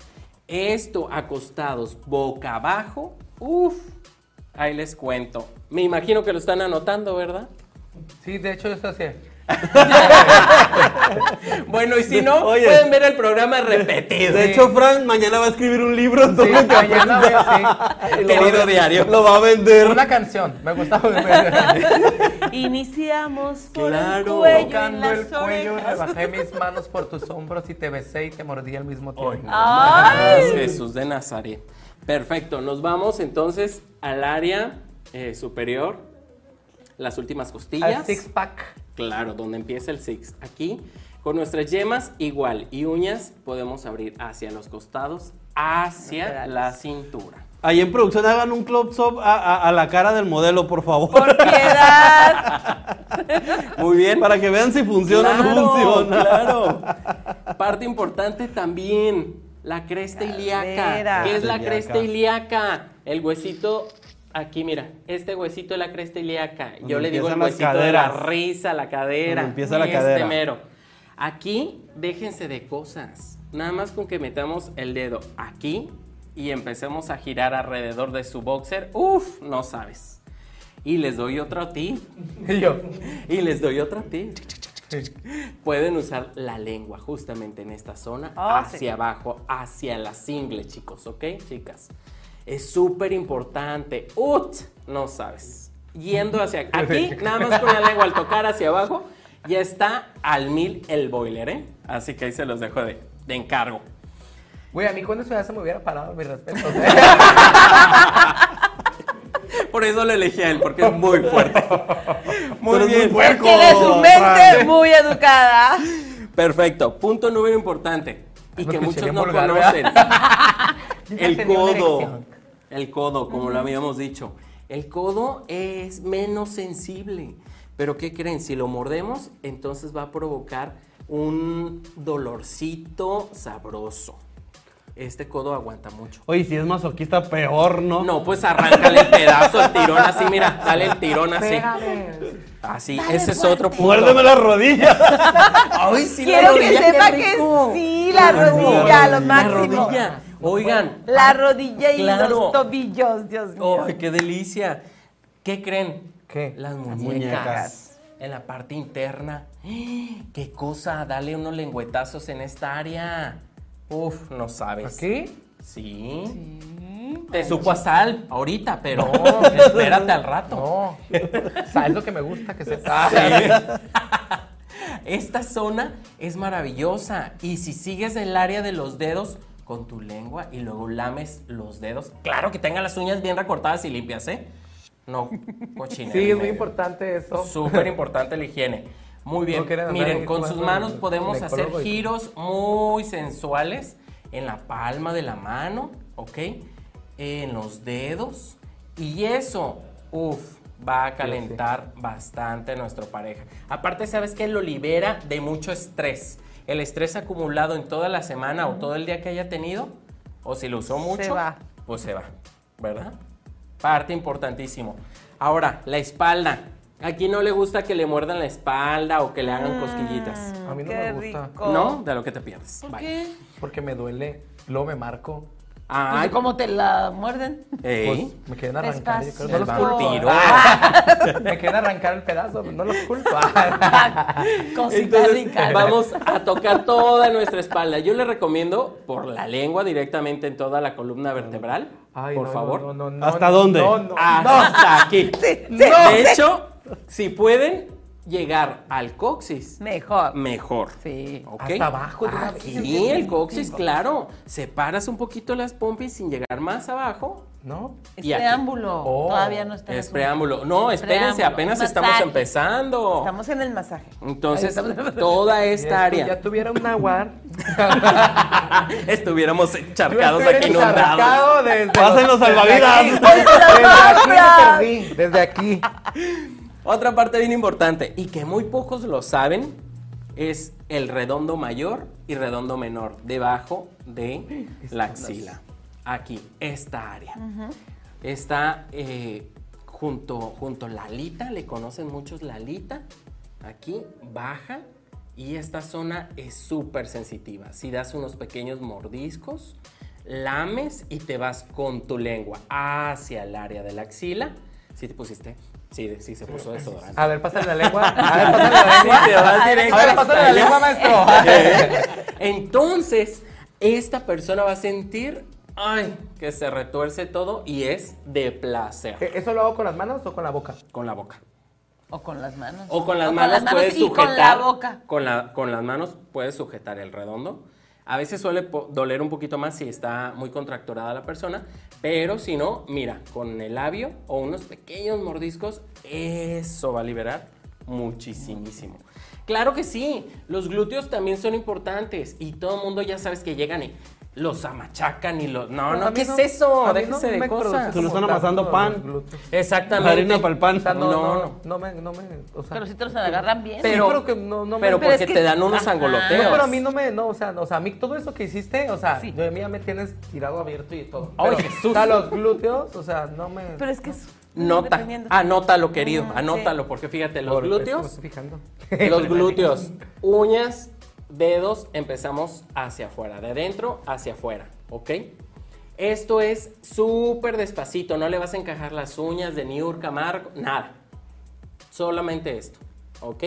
Esto acostados boca abajo, uff, ahí les cuento. Me imagino que lo están anotando, ¿verdad? Sí, de hecho, esto así. *laughs* Bueno, y si no, Oye. pueden ver el programa repetido. *laughs* De hecho, Frank mañana va a escribir un libro. Sí, entonces, mañana voy a- sí. y lo va a Querido ver- diario. Lo va a vender. Una canción, me *laughs* gustaba. Me... Iniciamos por Claro. el cuello en Tocando las el cuello, orejas. rebajé mis manos por tus hombros y te besé y te mordí al mismo tiempo. Ah, ¡Ay! Jesús de Nazaret. Perfecto, nos vamos entonces al área eh, superior, las últimas Al costillas. six pack. Claro, donde empieza el six. Aquí, con nuestras yemas igual y uñas, podemos abrir hacia los costados, hacia Laterales. la cintura. Ahí en producción hagan un close-up a, a- a la cara del modelo, por favor. *laughs* Por piedad. Muy *laughs* bien. Para que vean si funciona o Claro, no funciona. claro. Parte importante también, la cresta ilíaca. Cadera. ¿Qué es la Ilíaca. cresta ilíaca? El huesito, aquí mira, este huesito es la cresta ilíaca. Yo Donde le digo el empiezan las huesito de la caderas. risa, la cadera. Donde empieza la este cadera. mero. Aquí, déjense de cosas. Nada más con que metamos el dedo aquí y empecemos a girar alrededor de su boxer. Uf, no sabes. Y les doy otro tip. Y yo. Y les doy otro tip. Pueden usar la lengua justamente en esta zona, Ah, hacia sí. abajo, hacia las ingles, chicos, ¿ok? Chicas. Es súper importante. ¡Ut! No sabes. Yendo hacia aquí, nada más con la lengua al tocar hacia abajo, ya está al mil el boiler, ¿eh? Así que ahí se los dejo de, de encargo. Güey, a mí cuando se me hace me hubiera parado, ¿eh? mi respeto. *laughs* Por eso lo elegí a él, porque es muy fuerte. Muy Pero es muy bien. puerco. Tiene su mente muy educada. Perfecto. Punto número importante. Y Algo que que muchos sería no vulgar, conocen. *laughs* El tenía una codo. erección. El codo, como lo habíamos dicho. El codo es menos sensible. Pero ¿qué creen? Si lo mordemos, entonces va a provocar un dolorcito sabroso. Este codo aguanta mucho. Oye, si es masoquista, peor, ¿no? No, pues arráncale el pedazo, el tirón así, mira, dale el tirón así. Así, ese es otro punto. Muérdeme las rodillas. Ay, sí, la Quiero que rodilla, qué sepa que rico. sí, la Claro. rodilla, lo La máximo. rodilla. Oigan. La rodilla y Claro. los tobillos, Dios mío. ¡Ay, qué delicia! ¿Qué creen? ¿Qué? Las muñecas. muñecas. En la parte interna. *gasps* ¡Qué cosa! Dale unos lengüetazos en esta área. Uf, no sabes. ¿Aquí? Sí. Te supo a sal ahorita, *laughs* pero espérate al rato. No. O sea, es lo que me gusta que se está. *laughs* Esta zona es maravillosa y si sigues el área de los dedos con tu lengua y luego lames los dedos, claro que tenga las uñas bien recortadas y limpias, ¿eh? No, cochina. Sí, es muy importante eso. Súper importante la higiene. Muy bien. No quieran andar Miren, ahí con sus jugando manos con el podemos hacer ginecólogo y- giros muy sensuales en la palma de la mano, ¿ok? En los dedos. Y eso, uff, va a calentar bastante a nuestra pareja. Aparte, ¿sabes qué? Lo libera de mucho estrés. El estrés acumulado en toda la semana o todo el día que haya tenido, o si lo usó mucho, va. pues se va, ¿verdad? Parte importantísimo. Ahora, la espalda. Aquí no le gusta que le muerdan la espalda o que le hagan cosquillitas. A mí no Qué me gusta. rico. No, Pues, de lo que te pierdes. Pues, Vaya. Porque me duele. Luego me marco. Ay, ¿Cómo te la *laughs* muerden? ey, Pues me quieren arrancar. yo creo- Despacio. Pues, no Ah, el los vampiro. *laughs* culpo. Me quieren arrancar el pedazo. No los culpo. Cosita Entonces, rica. vamos a tocar toda nuestra espalda. Yo le recomiendo por la lengua directamente en toda la columna vertebral. Ay, por no, favor. no, no, no, ¿Hasta no, dónde? No, no. Ah. *laughs* Hasta aquí. sí, de sí. hecho, si pueden llegar al coxis, Mejor. mejor. Sí. ¿ok? Hasta abajo de una vez. Aquí, el coxis, claro. Separas un poquito las pompis sin llegar más abajo. No. Es Y aquí. preámbulo. Oh, Todavía no está. en Es el- preámbulo. No, espérense, Preámbulo. apenas Masaje. estamos empezando. Estamos en el masaje. Entonces, toda esta Si área. Ya tuviera un nahuar. *laughs* Estuviéramos encharcados Cargados aquí inundados. desde Pasen los desde salvavidas. aquí. Desde aquí me perdí. Desde aquí. Otra parte bien importante y que muy pocos lo saben es el redondo mayor y redondo menor debajo de la axila. Aquí, esta área. Está eh, junto, junto a la alita, le conocen muchos la alita. Aquí baja y esta zona es súper sensitiva. Si das unos pequeños mordiscos, lames y te vas con tu lengua hacia el área de la axila. Si te pusiste, si se puso desodorante. A ver, pásale la lengua. A ver, pásale la lengua. Sí, te vas directo A ver, pásale la hasta lengua, *laughs* *laughs* maestro. Entonces, esta persona va a sentir, ay, que se retuerce todo y es de placer. ¿E-, ¿Eso lo hago con las manos o con la boca? Con la boca. O con las manos. O con las manos puedes y sujetar. con la boca. Con, la- con las manos puedes sujetar el redondo. A veces suele po- doler un poquito más si está muy contracturada la persona, pero si no, mira, con el labio o unos pequeños mordiscos, eso va a liberar muchísimo. Claro que sí, los glúteos también son importantes y todo el mundo ya sabes que llegan y los amachacan y los... No, no, ¿qué es eso? Déjense de cosas. Tú no están amasando pan. Exactamente. Harina pa'l pan. No, no, No, no. no. No me, no me, o sea. Pero si te los agarran bien. Sí, Pero- pero que no, no me- Pero Pero porque es que- te dan unos Ajá. angoloteos. No, pero a mí no me, no, o sea, no, o sea, a mí todo eso que hiciste, o sea, Sí. yo a mí ya me tienes tirado abierto y todo. Ay, Pero, Jesús. O sea, los glúteos, o sea, no me. Pero es que es. Nota, Ah, dependiendo. anótalo, querido, Ujú, sí. anótalo, porque fíjate, los Por- me glúteos, estoy fijando. *laughs* los glúteos, uñas, dedos, empezamos hacia afuera, de adentro hacia afuera, ¿ok? Esto es súper despacito, no le vas a encajar las uñas de Niurka, Marco, nada. Solamente esto, ¿ok?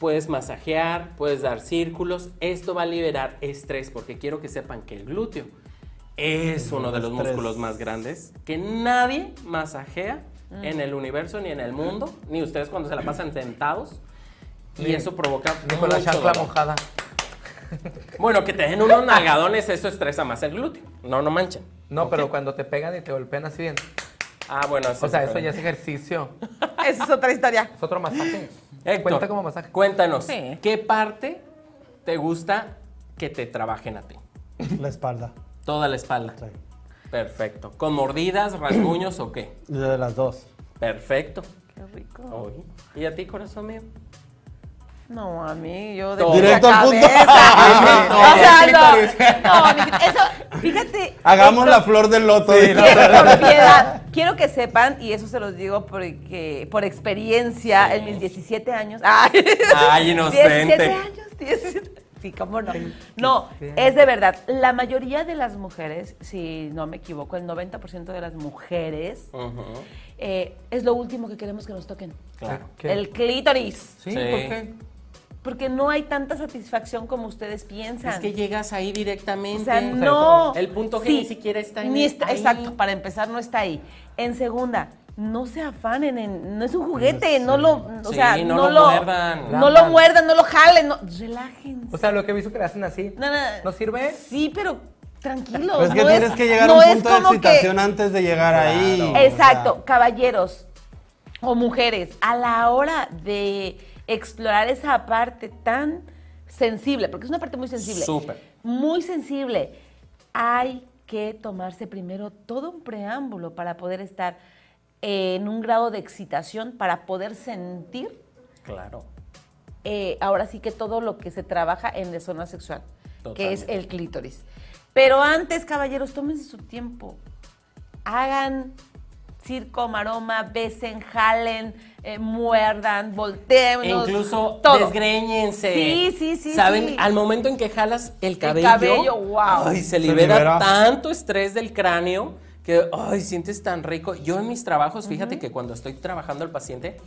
Puedes masajear, puedes dar círculos, esto va a liberar estrés, porque quiero que sepan que el glúteo es uno de los Estrés. músculos más grandes que nadie masajea en el universo ni en el mundo, ni ustedes cuando se la pasan sentados. Y Ni- eso provoca Ni con la mucho chancla dolor. mojada. Bueno, que te den unos nalgadones, eso estresa más el glúteo. No, no manchen. No, ¿ok? pero cuando te pegan y te golpean así bien. Ah, bueno, eso O sea, es eso ya es diferente. ejercicio. Esa es otra historia. Es otro masaje. Héctor, Cuenta como masaje. Cuéntanos, Sí. ¿qué parte te gusta que te trabajen a ti? La espalda. Toda la espalda. Sí. Perfecto. ¿Con mordidas, rasguños o qué? De las dos. Perfecto. Qué rico. Oye, ¿Y a ti, corazón mío? No, a mí, yo de Todo. Ah, pies a Directo al punto. *laughs* cabeza. No, o sea, el no. clítoris. No, mijito, eso, fíjate. Hagamos esto- la flor del loto. dijo. Quiero, por piedad, quiero que sepan, y eso se los digo porque por experiencia, en mis 17 años. *laughs* ¡Ay, Ay, inocente. 17 años, 17. Sí, cómo no. No, es de verdad. La mayoría de las mujeres, si no me equivoco, el 90% de las mujeres Ujú, eh, es lo último que queremos que nos toquen. Claro. ¿Qué? El clítoris. Sí, Sí. ¿por qué? Porque no hay tanta satisfacción como ustedes piensan. Es que llegas ahí directamente. O sea, no. El punto G Sí. ni siquiera está en Ni el- está- ahí. Exacto, para empezar no está ahí. En segunda, no se afanen, en- no es un Pues, juguete, no lo, o Sí, sea, no no, lo lo muerdan. No lo muerdan, no lo jalen, no- relájense. O sea, lo que he visto que le hacen así. No, no, no. ¿No sirve? Sí, pero tranquilos. Pero Pues es que no tienes que llegar no a un es punto de como que- excitación antes de llegar ahí. Exacto, caballeros o mujeres, a la hora de explorar esa parte tan sensible, porque es una parte muy sensible. Súper. Muy sensible. Hay que tomarse primero todo un preámbulo para poder estar en un grado de excitación, para poder sentir Claro. eh, ahora sí que todo lo que se trabaja en la zona sexual, que es Totalmente. el clítoris. Pero antes, caballeros, tómense su tiempo. Hagan circo, maroma, besen, jalen, eh, muerdan, volteen. E incluso todo. desgreñense. Sí, sí, sí, ¿Saben? sí. Al momento en que jalas el cabello. cabello, wow. Ay, se Se libera, libera. tanto estrés del cráneo que, ay, sientes tan rico. Yo en mis trabajos, fíjate que cuando estoy trabajando al paciente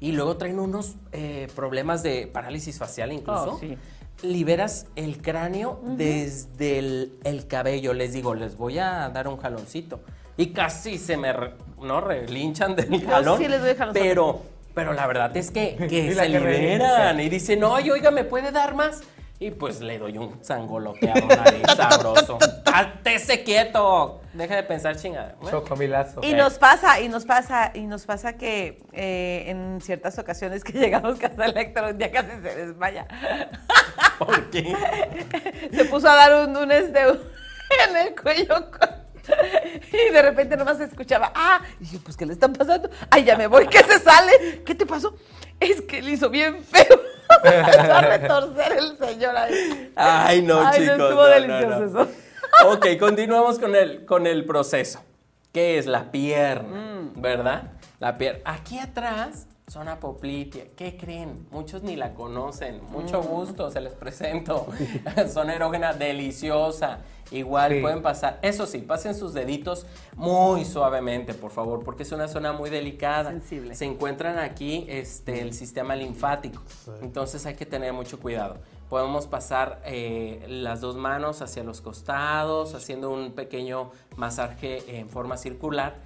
y luego traen unos eh, problemas de parálisis facial incluso. Oh, sí. Liberas el cráneo desde el, el cabello. Les digo, les voy a dar un jaloncito. Y casi se me, re- no, relinchan del jalón. sí les doy jalonzote. Pero pero, pero la verdad *laughs* es que, que Y la se que liberan y dicen, oye, oiga, ¿me puede dar más? Y pues le doy un sangoloteado nariz sabroso. ¡Cállese quieto! Deja de pensar chingada. Bueno, Chocomilazo. Y nos pasa, y nos pasa, y nos pasa que eh, en ciertas ocasiones que *laughs* llegamos a casa del Héctor, un día casi se desmaya. *laughs* ¿Por qué? *laughs* Se puso a dar un, un este un- en el cuello. con- Y de repente nomás se escuchaba, ah, y dije, pues, ¿qué le están pasando? Ay, ya me voy, ¿qué se sale? ¿Qué te pasó? Es que le hizo bien feo. *laughs* Se empezó a retorcer el señor ahí. Ay, no, Ay, no, chicos. estuvo delicioso eso. Ok, continuamos con el, con el proceso. ¿Qué es la pierna? Mm. ¿Verdad? La pierna. Aquí atrás son apoplitia. ¿Qué creen? Muchos ni la conocen. Mm. Mucho gusto, se les presento. *laughs* son erógena deliciosa. Igual Sí. pueden pasar. Eso sí, pasen sus deditos muy suavemente, por favor, porque es una zona muy delicada. Sensible. Se encuentran aquí este, el sistema linfático. Entonces hay que tener mucho cuidado. Podemos pasar eh, las dos manos hacia los costados, haciendo un pequeño masaje en forma circular.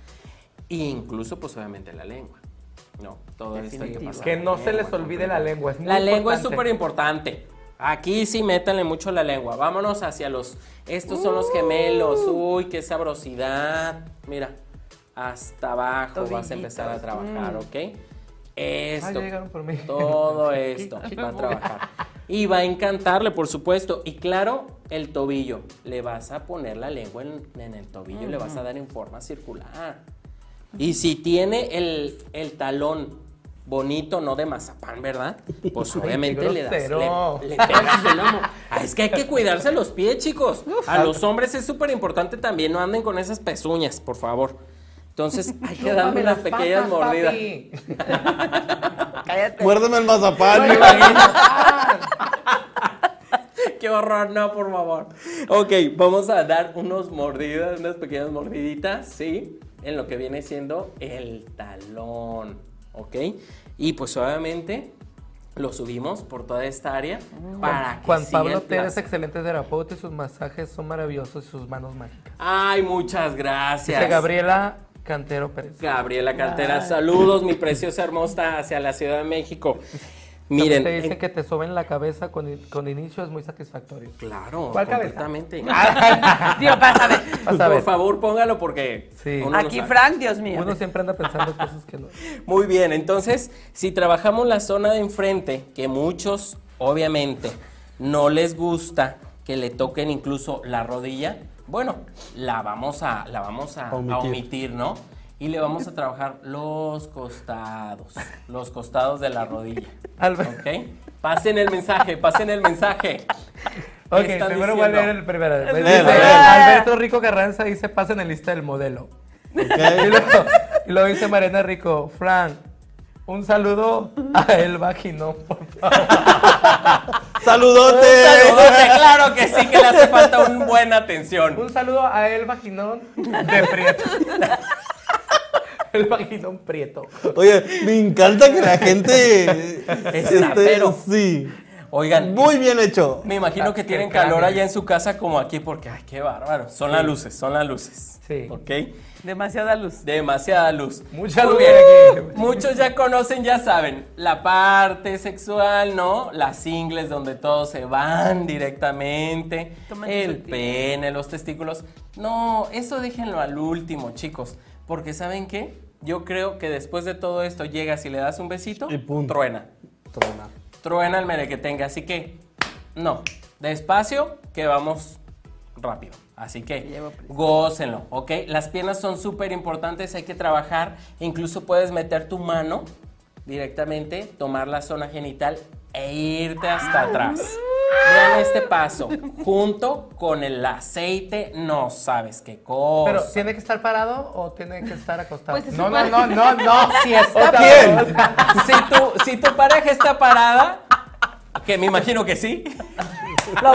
E incluso, pues obviamente, la lengua. No, todo esto hay que pasar. Que no se les Lengua, olvide la complemento. lengua. Es muy La lengua es importante. súper importante. Aquí sí métanle mucho la lengua. Vámonos hacia los. Estos son los gemelos. Uh. Uy, qué sabrosidad. Mira, hasta abajo vas a empezar a trabajar, ¿ok? Ah, Esto. ya llegaron por mí. *laughs* Todo esto va a trabajar. Y va a encantarle, por supuesto. Y claro, el tobillo. Le vas a poner la lengua en, en el tobillo, le vas a dar en forma circular. Y si tiene el, el talón bonito, no de mazapán, ¿verdad? Pues Ay, qué obviamente le das. grosero. Le, le pegas el amo. Ah, es que hay que cuidarse los pies, chicos. A los hombres es súper importante también. No anden con esas pezuñas, por favor. Entonces hay que darle Chúpame unas las pequeñas patas, mordidas. papi. Cállate. Muérdeme el mazapán. Ah, *laughs* Qué horror, no, por favor. ¿eh? Ok, vamos a dar unos mordidas, unas pequeñas mordiditas, ¿sí? En lo que viene siendo el talón, ¿ok? Y pues obviamente lo subimos por toda esta área para que Juan siga Pablo el T es placer. excelente terapeuta y sus masajes son maravillosos y sus manos mágicas. Ay, muchas gracias. Dice Gabriela Cantero Pérez. Gabriela Cantera, saludos, mi preciosa hermosa hacia la Ciudad de México. Miren, te dicen en- que te soben la cabeza con, con inicio es muy *laughs* satisfactorio. claro, ¿Cuál cabeza? Ah. completamente. Tío, pásame. Vas a Por ver. favor, póngalo porque Sí. uno no Aquí sabe. Frank, Dios mío. Uno siempre anda pensando cosas *laughs* que no. Muy bien, entonces, si trabajamos la zona de enfrente, que muchos, obviamente, no les gusta que le toquen incluso la rodilla, bueno, la vamos a, la vamos a, a omitir. Omitir. ¿no? Y le vamos a trabajar los costados, los costados de la rodilla. Albert. ¿Ok? Pasen el mensaje, pasen el mensaje. ¿Qué Ok, están primero voy a diciendo? leer el primero. Dice, Léelo, léelo. Alberto Rico Carranza dice, pasen el lista del modelo. *laughs* Y Ok. luego- y lo dice Mariana Rico, Fran, un saludo a El Vagino, por favor. ¡Saludote! Saludote, claro que sí que le hace falta una buena *laughs* atención. Un saludo a El Vaginón de Prieto. *laughs* El Vaginón Prieto. Oye, me encanta que la gente Es esté- rapero. sí. Oigan, Muy bien hecho. Me imagino que tienen qué grande. calor allá en su casa como aquí porque, ay, qué bárbaro. Son las luces, son las luces. Sí. ¿Ok? Demasiada luz. Demasiada luz. Mucha Muy luz bien. hay aquí. Muchos ya conocen, ya saben, la parte sexual, ¿no? Las ingles donde todos se van directamente. Tomen su el tiempo. pene, los testículos. No, eso déjenlo al último, chicos. Porque ¿saben qué? Yo creo que después de todo esto llegas y le das un besito, Y punto. truena truena el mere que tenga. Así que, no, despacio, que vamos rápido. Así que, Llevo prisa. gócenlo, ¿ok? Las piernas son súper importantes, hay que trabajar. Incluso puedes meter tu mano directamente, tomar la zona genital e irte Ah. hasta atrás. Vean este paso, junto con el aceite, no sabes qué cosa. Pero, ¿tiene que estar parado o tiene que estar acostado? Pues, se no, no, supone- no, no, no. *laughs* Si está Otra bien. vez. *laughs* Si tu, si tu pareja está parada, que me imagino que sí. Lo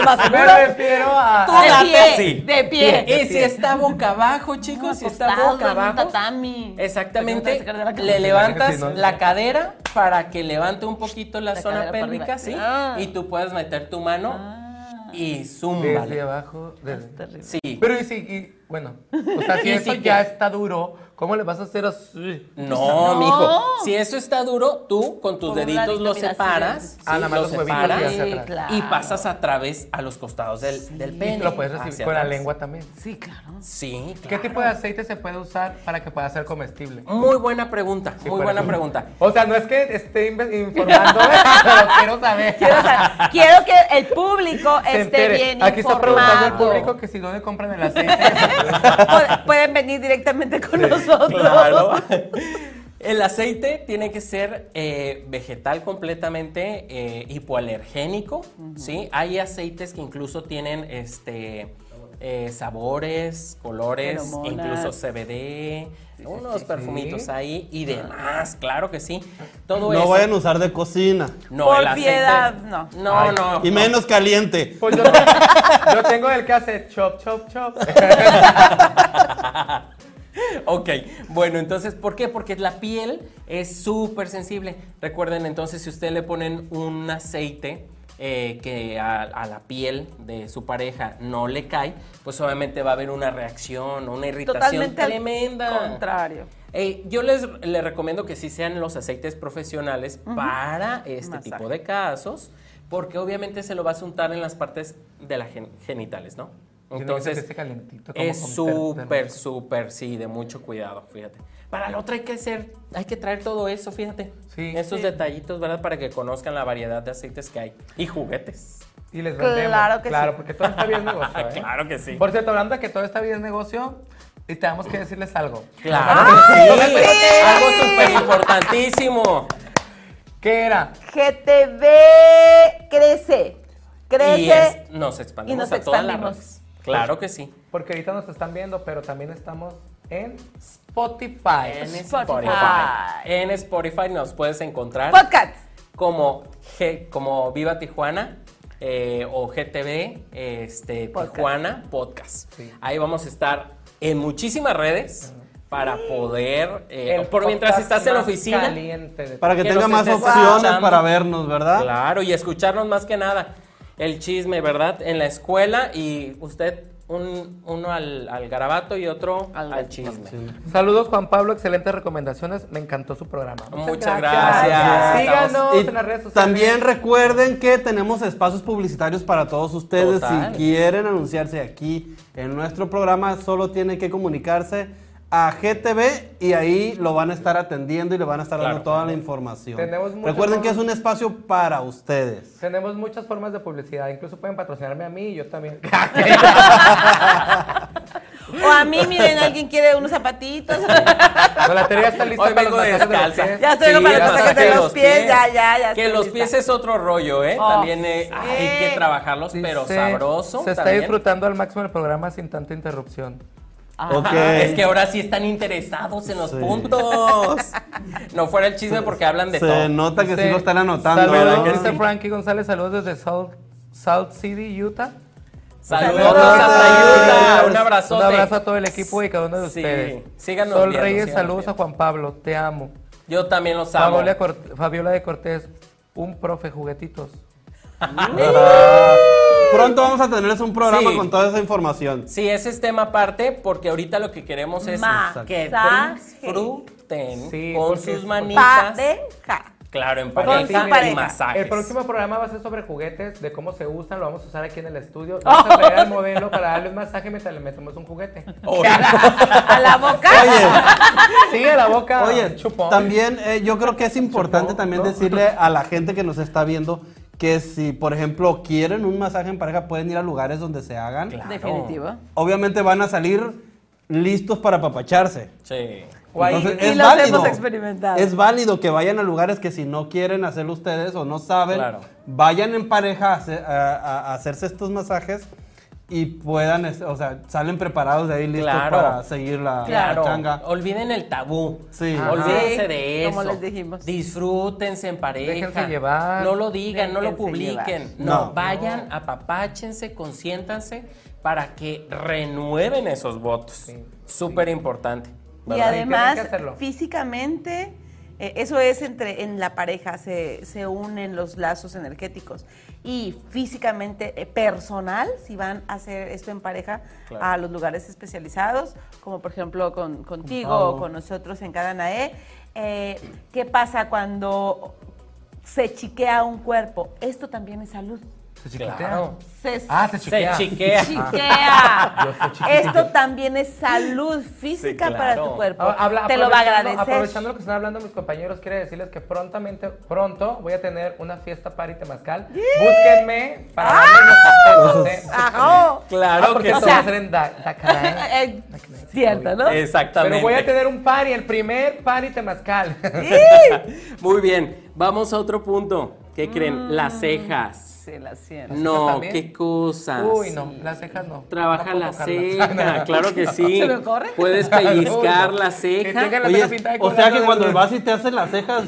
*laughs* más Me seguro. refiero a... Tú De de pie, pie, sí. de pie. Y si está boca abajo, chicos, si está acostado, boca en un abajo. tatami. Porque Exactamente. no te vas a sacar de la cama. Le levantas Sí, no, la no. cadera para que levante un poquito la, La zona cadera para pélvica, arriba. ¿sí? Ah. Y tú puedes meter tu mano y Desde zúmbale. abajo, desde... Sí. Pero y si, y- bueno, o *laughs* sea, si Y eso si ya que- está duro, ¿cómo le vas a hacer así? No, No. mijo. Si eso está duro, tú con tus Con un deditos ladito, lo mira, así, separas. Ah, nada más lo los huevitos y separas hacia atrás. y pasas a través a los costados del, del Y pene. lo puedes recibir hacia con la atrás. lengua también. Sí, claro. Sí, ¿Qué claro. tipo de aceite se puede usar para que pueda ser comestible? Muy buena pregunta, Sí, muy para buena que- pregunta. O sea, no es que esté inve- informándome, *laughs* pero quiero *laughs* saber. Quiero, saber- quiero que el público Se esté entere. bien Aquí está informado. preguntando el público que si dónde compran el aceite. *laughs* Pu- Pueden venir directamente con nosotros. Claro. *laughs* El aceite tiene que ser eh, vegetal completamente eh, hipoalergénico, ¿sí? Hay aceites que incluso tienen este, eh, sabores, colores, Feromonas. incluso CBD, unos sí, sí. perfumitos ahí y demás, claro que sí. Todo No eso- vayan a usar de cocina. No, Por el aceite- piedad, no. No, no. Y menos caliente. Pues yo, yo tengo el que hace chop, chop, chop. *laughs* *laughs* Ok, bueno, entonces, ¿por qué? Porque la piel es súper sensible. Recuerden, entonces, si ustedes le ponen un aceite eh, que a, a la piel de su pareja no le cae, pues obviamente va a haber una reacción, una irritación *laughs* Totalmente al tremenda. contrario. Eh, yo les, les recomiendo que sí sean los aceites profesionales para este Masaje. tipo de casos, porque obviamente se lo vas a untar en las partes de las gen- genitales, ¿no? Entonces, este calentito, como es con súper, término. súper, sí, de mucho cuidado, fíjate. Para la otra hay que ser, hay que traer todo eso, fíjate. Sí. Esos Sí. detallitos, ¿verdad? Para que conozcan la variedad de aceites que hay. Y juguetes. Y les Claro vendemos. que sí. Claro, porque todo está bien *laughs* negocio. ¿eh? Claro que sí. Por cierto, hablando de que todo está bien negocio, y tenemos que decirles algo. Claro. ¡Ay, que sí. sí! Algo súper importantísimo. ¿Qué era? GTV crece. Crece. Y es- nos expandimos y nos a toda la expandimos. red. Claro que sí. Porque ahorita nos están viendo, pero también estamos en Spotify. En Spotify. Spotify. En Spotify nos puedes encontrar Podcast. como, G- como Viva Tijuana eh, o GTV este, Podcast. Tijuana Podcast. Sí. Ahí vamos a estar en muchísimas redes para poder, eh, El por mientras podcast estás en la más oficina, Caliente de- Para que, Que tenga nos más estés opciones escuchando. para vernos, ¿verdad? Claro, y escucharnos más que nada. El chisme, ¿verdad? En la escuela y usted un- uno al, al garabato y otro al, chisme. Saludos, Juan Pablo. Excelentes recomendaciones. Me encantó su programa. Muchas gracias. Gracias. Estamos- Síganos Y en las redes sociales. También recuerden que tenemos espacios publicitarios para todos ustedes. Total. Si quieren anunciarse aquí en nuestro programa, solo tienen que comunicarse a GTV y ahí lo van a estar atendiendo y le van a estar dando Claro. toda la información. Tenemos muchas Recuerden que es formas- un espacio para ustedes. Tenemos muchas formas de publicidad. Incluso pueden patrocinarme a mí y yo también. *laughs* O a mí, miren, alguien quiere unos zapatitos. Con la teoría está lista Hoy para los vengo masajes de los descalza. *laughs* pies. Ya estoy Sí, para los el masajes masaje de los pies, ya, ya, ya Que estoy los lista. pies es otro rollo, ¿eh? Oh, También eh, hay sí. que trabajarlos, pero Dice, sabroso. Se está también. disfrutando al máximo el programa sin tanta interrupción. Ok. Ah, es que ahora sí están interesados en los Sí. puntos. *laughs* No fuera el chisme porque hablan de Se todo. nota que sí Dice, lo están anotando. Saludos, ¿verdad? dice Frankie González. Saludos desde Salt, Salt City, Utah. Saludos Saludos. hasta Utah. Un Un abrazote. abrazo a todo el equipo y cada uno de Sí, ustedes. síganos Sol viendo, Reyes, síganos saludos viendo. a Juan Pablo. Te amo. Yo también los amo. Fabiola, Cort- Fabiola de Cortés, un profe juguetitos. Pronto vamos a tenerles un programa Sí. con toda esa información. Sí, ese es tema aparte porque ahorita lo que queremos es Masaje. que disfruten Sí, con porque- sus manitas. Pareja. Claro, en Porque sí, pareja mira, y el masajes. El próximo programa va a ser sobre juguetes, de cómo se usan, lo vamos a usar aquí en el *laughs* estudio. Vamos a traer al modelo para darle un masaje mientras le metemos un juguete. *laughs* A la boca. Sí, a la boca. Oye, chupón. también eh, yo creo que es importante Chupón, también ¿no? decirle a la gente que nos está viendo que si, por ejemplo, quieren un masaje en pareja, pueden ir a lugares donde se hagan. Claro. Definitivo. Obviamente van a salir listos para apapacharse. Sí. O ahí- Y los hemos experimentado. Es válido que vayan a lugares que si no quieren hacerlo ustedes o no saben, Claro. vayan en pareja a, hacer- a- a- a hacerse estos masajes y puedan, es- o sea, salen preparados de ahí listos Claro. para seguir la, la Claro, changa. olviden el tabú. Sí. Ajá. Olvídense Sí, de eso. como les dijimos. Disfrútense en pareja. Déjense llevar. No lo digan, no lo Déjense publiquen. llevar. No, No. vayan, apapáchense, consiéntanse para que renueven esos votos. Sí, Súper importante. Y ¿Verdad? Y tienen que además, hacerlo. físicamente, eh, eso es entre en la pareja, se, se unen los lazos energéticos. Y físicamente, eh, personal, si van a hacer esto en pareja Claro. a los lugares especializados, como por ejemplo con, contigo o con nosotros en Cadanae, eh, ¿qué pasa cuando se chiquea un cuerpo? Esto también es salud. Se chiquitea. Claro. Se, Ah, se Se chiquea. chiquea. Yo chiquea. soy chiquitito. Esto también es salud física Sí, claro. para tu cuerpo. Ah, habla- Te lo va a aprovechando- agradecer. Aprovechando lo que están hablando mis compañeros, quiero decirles que prontamente, pronto voy a tener una fiesta party temazcal. Búsquenme para darles los consejos. ¿eh? Ajá. Ah, Claro porque que esto sí. sea, va a ser en Da- Dakar, ¿eh? Eh, Cierto, ¿no? Exactamente. Pero voy a tener un party, el primer party temazcal. *laughs* Muy bien, vamos a otro punto. ¿Qué creen? Las cejas. Sí, la siento. No, Mm. también? qué cosas. *laughs* Uy, no, las cejas no. Trabaja No puedo la tocarlas. *laughs* ceja, claro que sí. ¿Se me ocurre? *laughs* Puedes pellizcar la Que tenga ceja. la Oye, ceja pintada de o sea color que de- cuando vas y te hacen las cejas,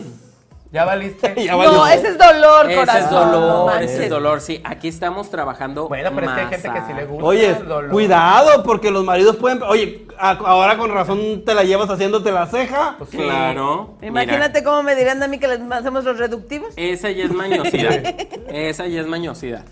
*laughs* Ya valiste. No, ese es dolor, Ese corazón. es no dolor, manches. ese es dolor, sí. Aquí estamos trabajando Bueno, pero es que hay gente que masa. sí le gusta oye, el dolor. cuidado, porque los maridos pueden. Oye, a- ahora con razón te la llevas haciéndote la ceja. Pues sí. Claro. mira, Eh, Imagínate cómo me dirán a mí que les hacemos los reductivos. Esa ya es *laughs* mañosidad. Esa ya es mañosidad.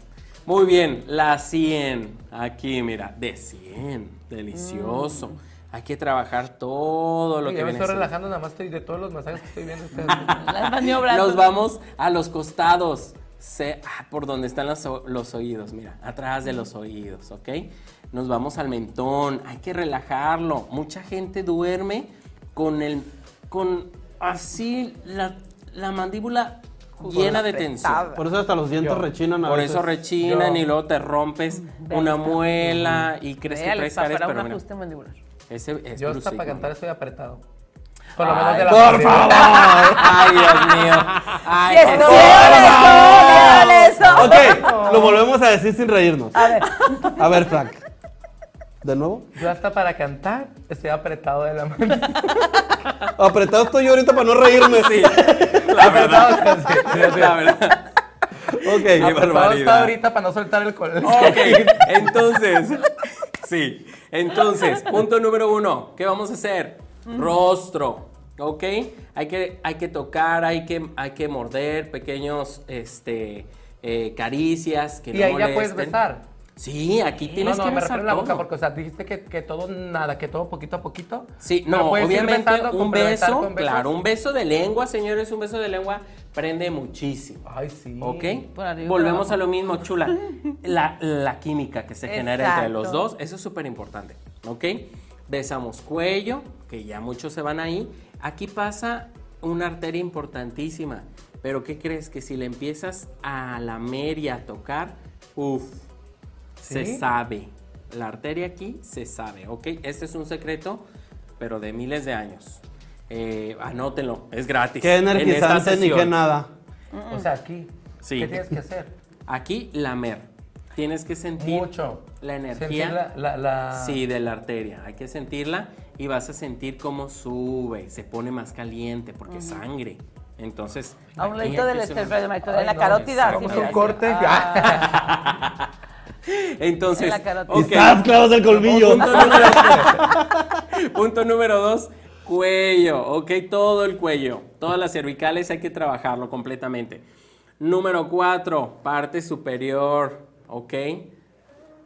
Muy bien, la 100. Aquí, mira, de 100. Delicioso. Mm. Hay que trabajar todo lo Oye, que ya me viene. estoy siendo. relajando, nada más estoy de todos los masajes que estoy *laughs* viendo ustedes. Las maniobras. Nos vamos a los costados. Se- ah, por donde están las o- los oídos, mira, atrás de los oídos, ¿ok? Nos vamos al mentón, hay que relajarlo. Mucha gente duerme con el, con así la, la mandíbula llena de tensión. Por eso hasta los dientes Yo. rechinan a Por veces. eso rechinan Yo- y luego te rompes una muela y crees que Vea, les traes caries, pasará un pero mira, ajuste mandibular. ese es Yo hasta brucito. para cantar estoy apretado. Por lo menos de la ¡Por mandíbula. favor! Ay, Dios mío. Ay, ¡Yes, por no! ¡Eso! Ok, lo volvemos a decir sin reírnos. A ver. A ver, Frank. ¿De nuevo? Yo hasta para cantar estoy apretado de la *laughs* mano. Apretado estoy yo ahorita para no reírme. Sí, la verdad. la verdad. Ok. Apretado está barbaridad. ahorita para no soltar el color. *laughs* Ok, entonces, sí. Entonces, punto número uno, ¿qué vamos a hacer? Rostro, ¿ok? Hay que, hay que tocar, hay que, hay que morder, pequeños este, eh, caricias que Y no ahí ya puedes molesten. besar. Sí, aquí tienes no, no, que me refiero besar a la boca todo. porque, o sea, dijiste que, que todo nada, que todo poquito a poquito. Sí, Pero no, puedes ir obviamente besando, un complementar beso, con besos. claro, un beso de lengua, señores, un beso de lengua prende muchísimo. Ay, sí. ¿Ok? por arriba, Volvemos abajo. a lo mismo, chula. La, la química que se genera entre los Exacto. dos, eso es súper importante. ¿Ok? Besamos cuello, que ya muchos se van ahí. Aquí pasa una arteria importantísima. Pero ¿qué crees? Que si le empiezas a lamer y a tocar, uff, ¿Sí? se sabe. La arteria aquí se sabe, ¿ok? Este es un secreto, pero de miles de años. Eh, anótenlo, es gratis. Qué en esta energizante ni sesión. qué nada. O sea, aquí. Sí. ¿Qué tienes que hacer? Aquí lamer. Tienes que sentir Mucho. la energía. Sentir la, Ah. la, la- Sí, de la arteria. Hay que sentirla y vas a sentir cómo sube, se pone más caliente porque es sangre. Entonces. A un aquí leito hay del que hacer esterfrey, una- de la no, carótida. exacto. así, Vamos a mira, un así. corte. Ah, Entonces. de la carótida. ok. Estás clavos del colmillo. Punto número, Punto número dos, cuello, ¿ok? Todo el cuello, todas las cervicales hay que trabajarlo completamente. Número cuatro, parte superior, ¿ok?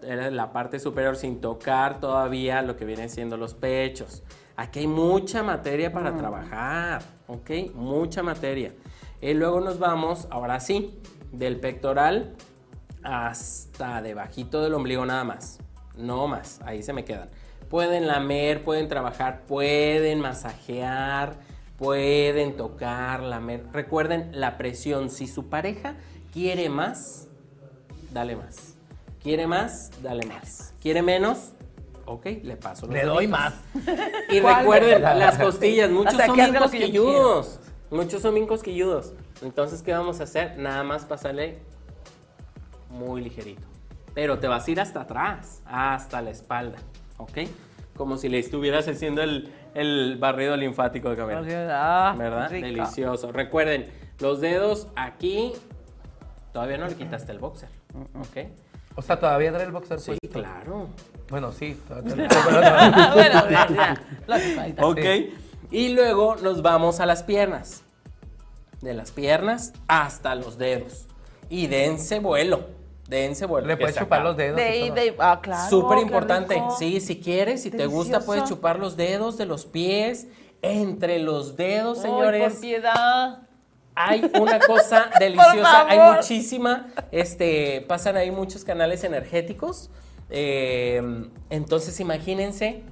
Era La parte superior sin tocar todavía lo que vienen siendo los pechos. Aquí hay mucha materia para trabajar, ¿ok? Mucha materia. Y luego nos vamos, ahora sí, del pectoral hasta debajito del ombligo nada más. No más, ahí se me quedan. Pueden lamer, pueden trabajar, pueden masajear, pueden tocar, lamer. Recuerden la presión, si su pareja quiere más, dale más. Quiere más, dale más. Quiere menos, ok, le paso. los Le doy deditos. más. Y ¿Cuál? recuerden, La- las costillas, muchos O sea, son que bien haga lo que yo cosquilludos. Muchos son bien cosquilludos. Entonces, ¿qué vamos a hacer? Nada más pasarle muy ligerito. Pero te vas a ir hasta atrás, hasta la espalda, ¿ok? Como si le estuvieras haciendo el, el barrido linfático de cabello. Ah, ¿Verdad? rico. Delicioso. Recuerden, los dedos aquí, todavía no le quitaste el boxer, ¿ok? O sea, todavía trae el boxer Sí, puesto. claro. Bueno, sí. todavía trae *laughs* el- pero no. Ah, *laughs* bueno, ya, ya. Lógico, ahí está. Ok. Y luego nos vamos a las piernas. De las piernas hasta los dedos. Y dense vuelo. Dense vuelo. Le que puedes se chupar acaba. los dedos. De y ahí, todo. de Ah, claro. Súper qué importante. rico. Sí, si quieres, si te gusta, Delicioso. puedes chupar los dedos de los pies. Entre los dedos, Ay, señores. por piedad. Hay una *laughs* cosa deliciosa, hay favor. muchísima, este, pasan ahí muchos canales energéticos. eh, entonces imagínense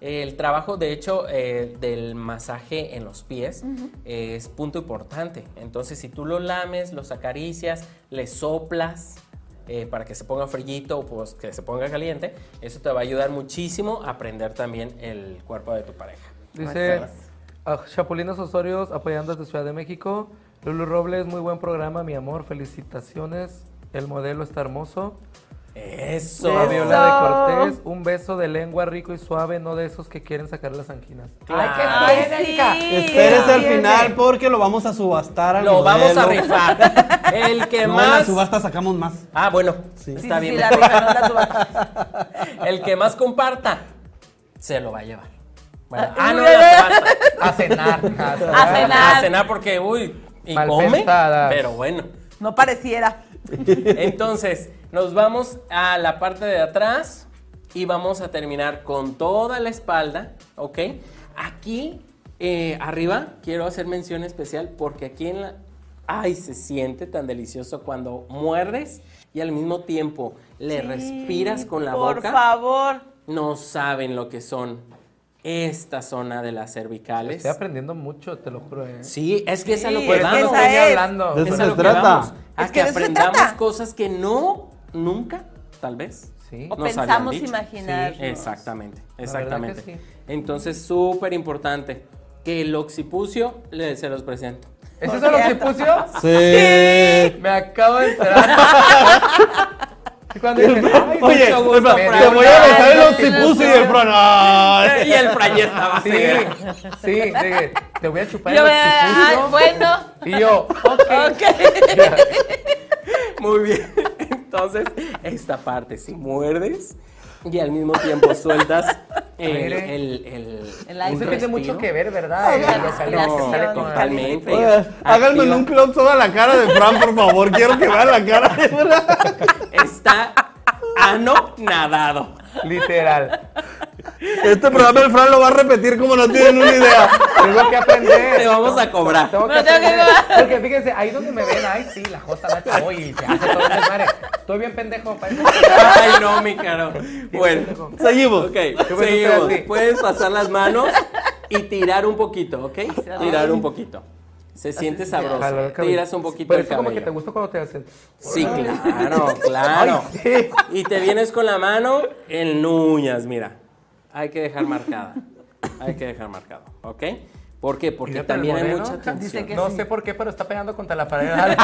el trabajo, de hecho, eh, del masaje en los pies eh, es punto importante. Entonces, si tú lo lames, los acaricias, le soplas eh, para que se ponga frillito o pues, que se ponga caliente, eso te va a ayudar muchísimo a aprender también el cuerpo de tu pareja. Dice ah, Chapulinos Osorios apoyando desde Ciudad de México. Lulu Robles, muy buen programa, mi amor. Felicitaciones. El modelo está hermoso. Eso. Fabiola de Cortés, un beso de lengua rico y suave, no de esos que quieren sacar las anginas. Claro. Ay, sí. Espérese al Tiene. final porque lo vamos a subastar al Lo vamos a modelo. rifar. El que No, en la más. subasta sacamos más. Ah, bueno. Sí, Está sí, bien. *laughs* sí, la rifa, no la subasta. El que más comparta se lo va a llevar. Bueno, Ah, ah, no, mira. la subasta. A cenar. A A cenar. A cenar porque, uy, y Mal come. pensadas. Pero bueno. No pareciera. Entonces, nos vamos a la parte de atrás y vamos a terminar con toda la espalda, ¿ok? Aquí eh, arriba quiero hacer mención especial porque aquí en la... ¡Ay! Se siente tan delicioso cuando muerdes y al mismo tiempo le respiras con la Por boca. favor. No saben lo que son esta zona de las cervicales. Estoy aprendiendo mucho, te lo juro. ¿eh? Sí, es que es a lo Sí, que es que vamos. esa Estoy es. hablando. De Es eso a se lo que trata. vamos, A Es que, que de eso se aprendamos trata. cosas que no, nunca, tal vez. Sí. O nos habían pensamos dicho. imaginar. Sí, exactamente, verdad exactamente. que sí. Entonces, súper importante que el occipucio le- se los presento. ¿Es eso lo que puso? Sí. Me acabo de enterar. Y cuando dije, "Ay, Oye, mucho gusto, oye, Fran". te voy a dejar el Ay, octipus y el Fran. Ay. y el Fran ya estaba así. Sí, sí, dije, te voy a chupar Yo el me- ay, occipucio. ah, bueno. Y yo, ok. Muy bien. *laughs* Entonces, esta parte, si muerdes y al mismo tiempo sueltas el, Mire. el, el, El aire. un Eso tiene mucho respiro. que ver, ¿verdad? Sí, la Lo caliente respiración. sale con- Totalmente. Oye, Háganme Activa. un close-up a la cara de Fran, por favor. Quiero que vean la cara de Fran. Está ano nadado. Literal. Este programa el Fran lo va a repetir como no tienen una idea. Tengo que aprender. Te vamos a cobrar. Tengo que Me tengo que aprender. Porque fíjense, ahí donde me ven, ay, sí, la J, la chavo y se hace todo el desmadre. Estoy bien pendejo, parece. Ay, no, mi caro. Bueno. Seguimos. Ok, pensé que era seguimos. así. Puedes pasar las manos y tirar un poquito, ¿ok? Tirar un poquito. Se siente Jalo sabroso. el cabello. Tiras un poquito Pero el eso como que te cabello. gusta cuando te hacen. Sí, *laughs* claro, claro. Y te vienes con la mano en uñas, mira. Hay que dejar marcada. Hay que dejar marcado, ¿ok? ¿Por qué? Porque Mírate al también hay moreno. mucha Dice tensión. que No sí. sé por qué, pero está pegando contra la pared. *laughs* Dale.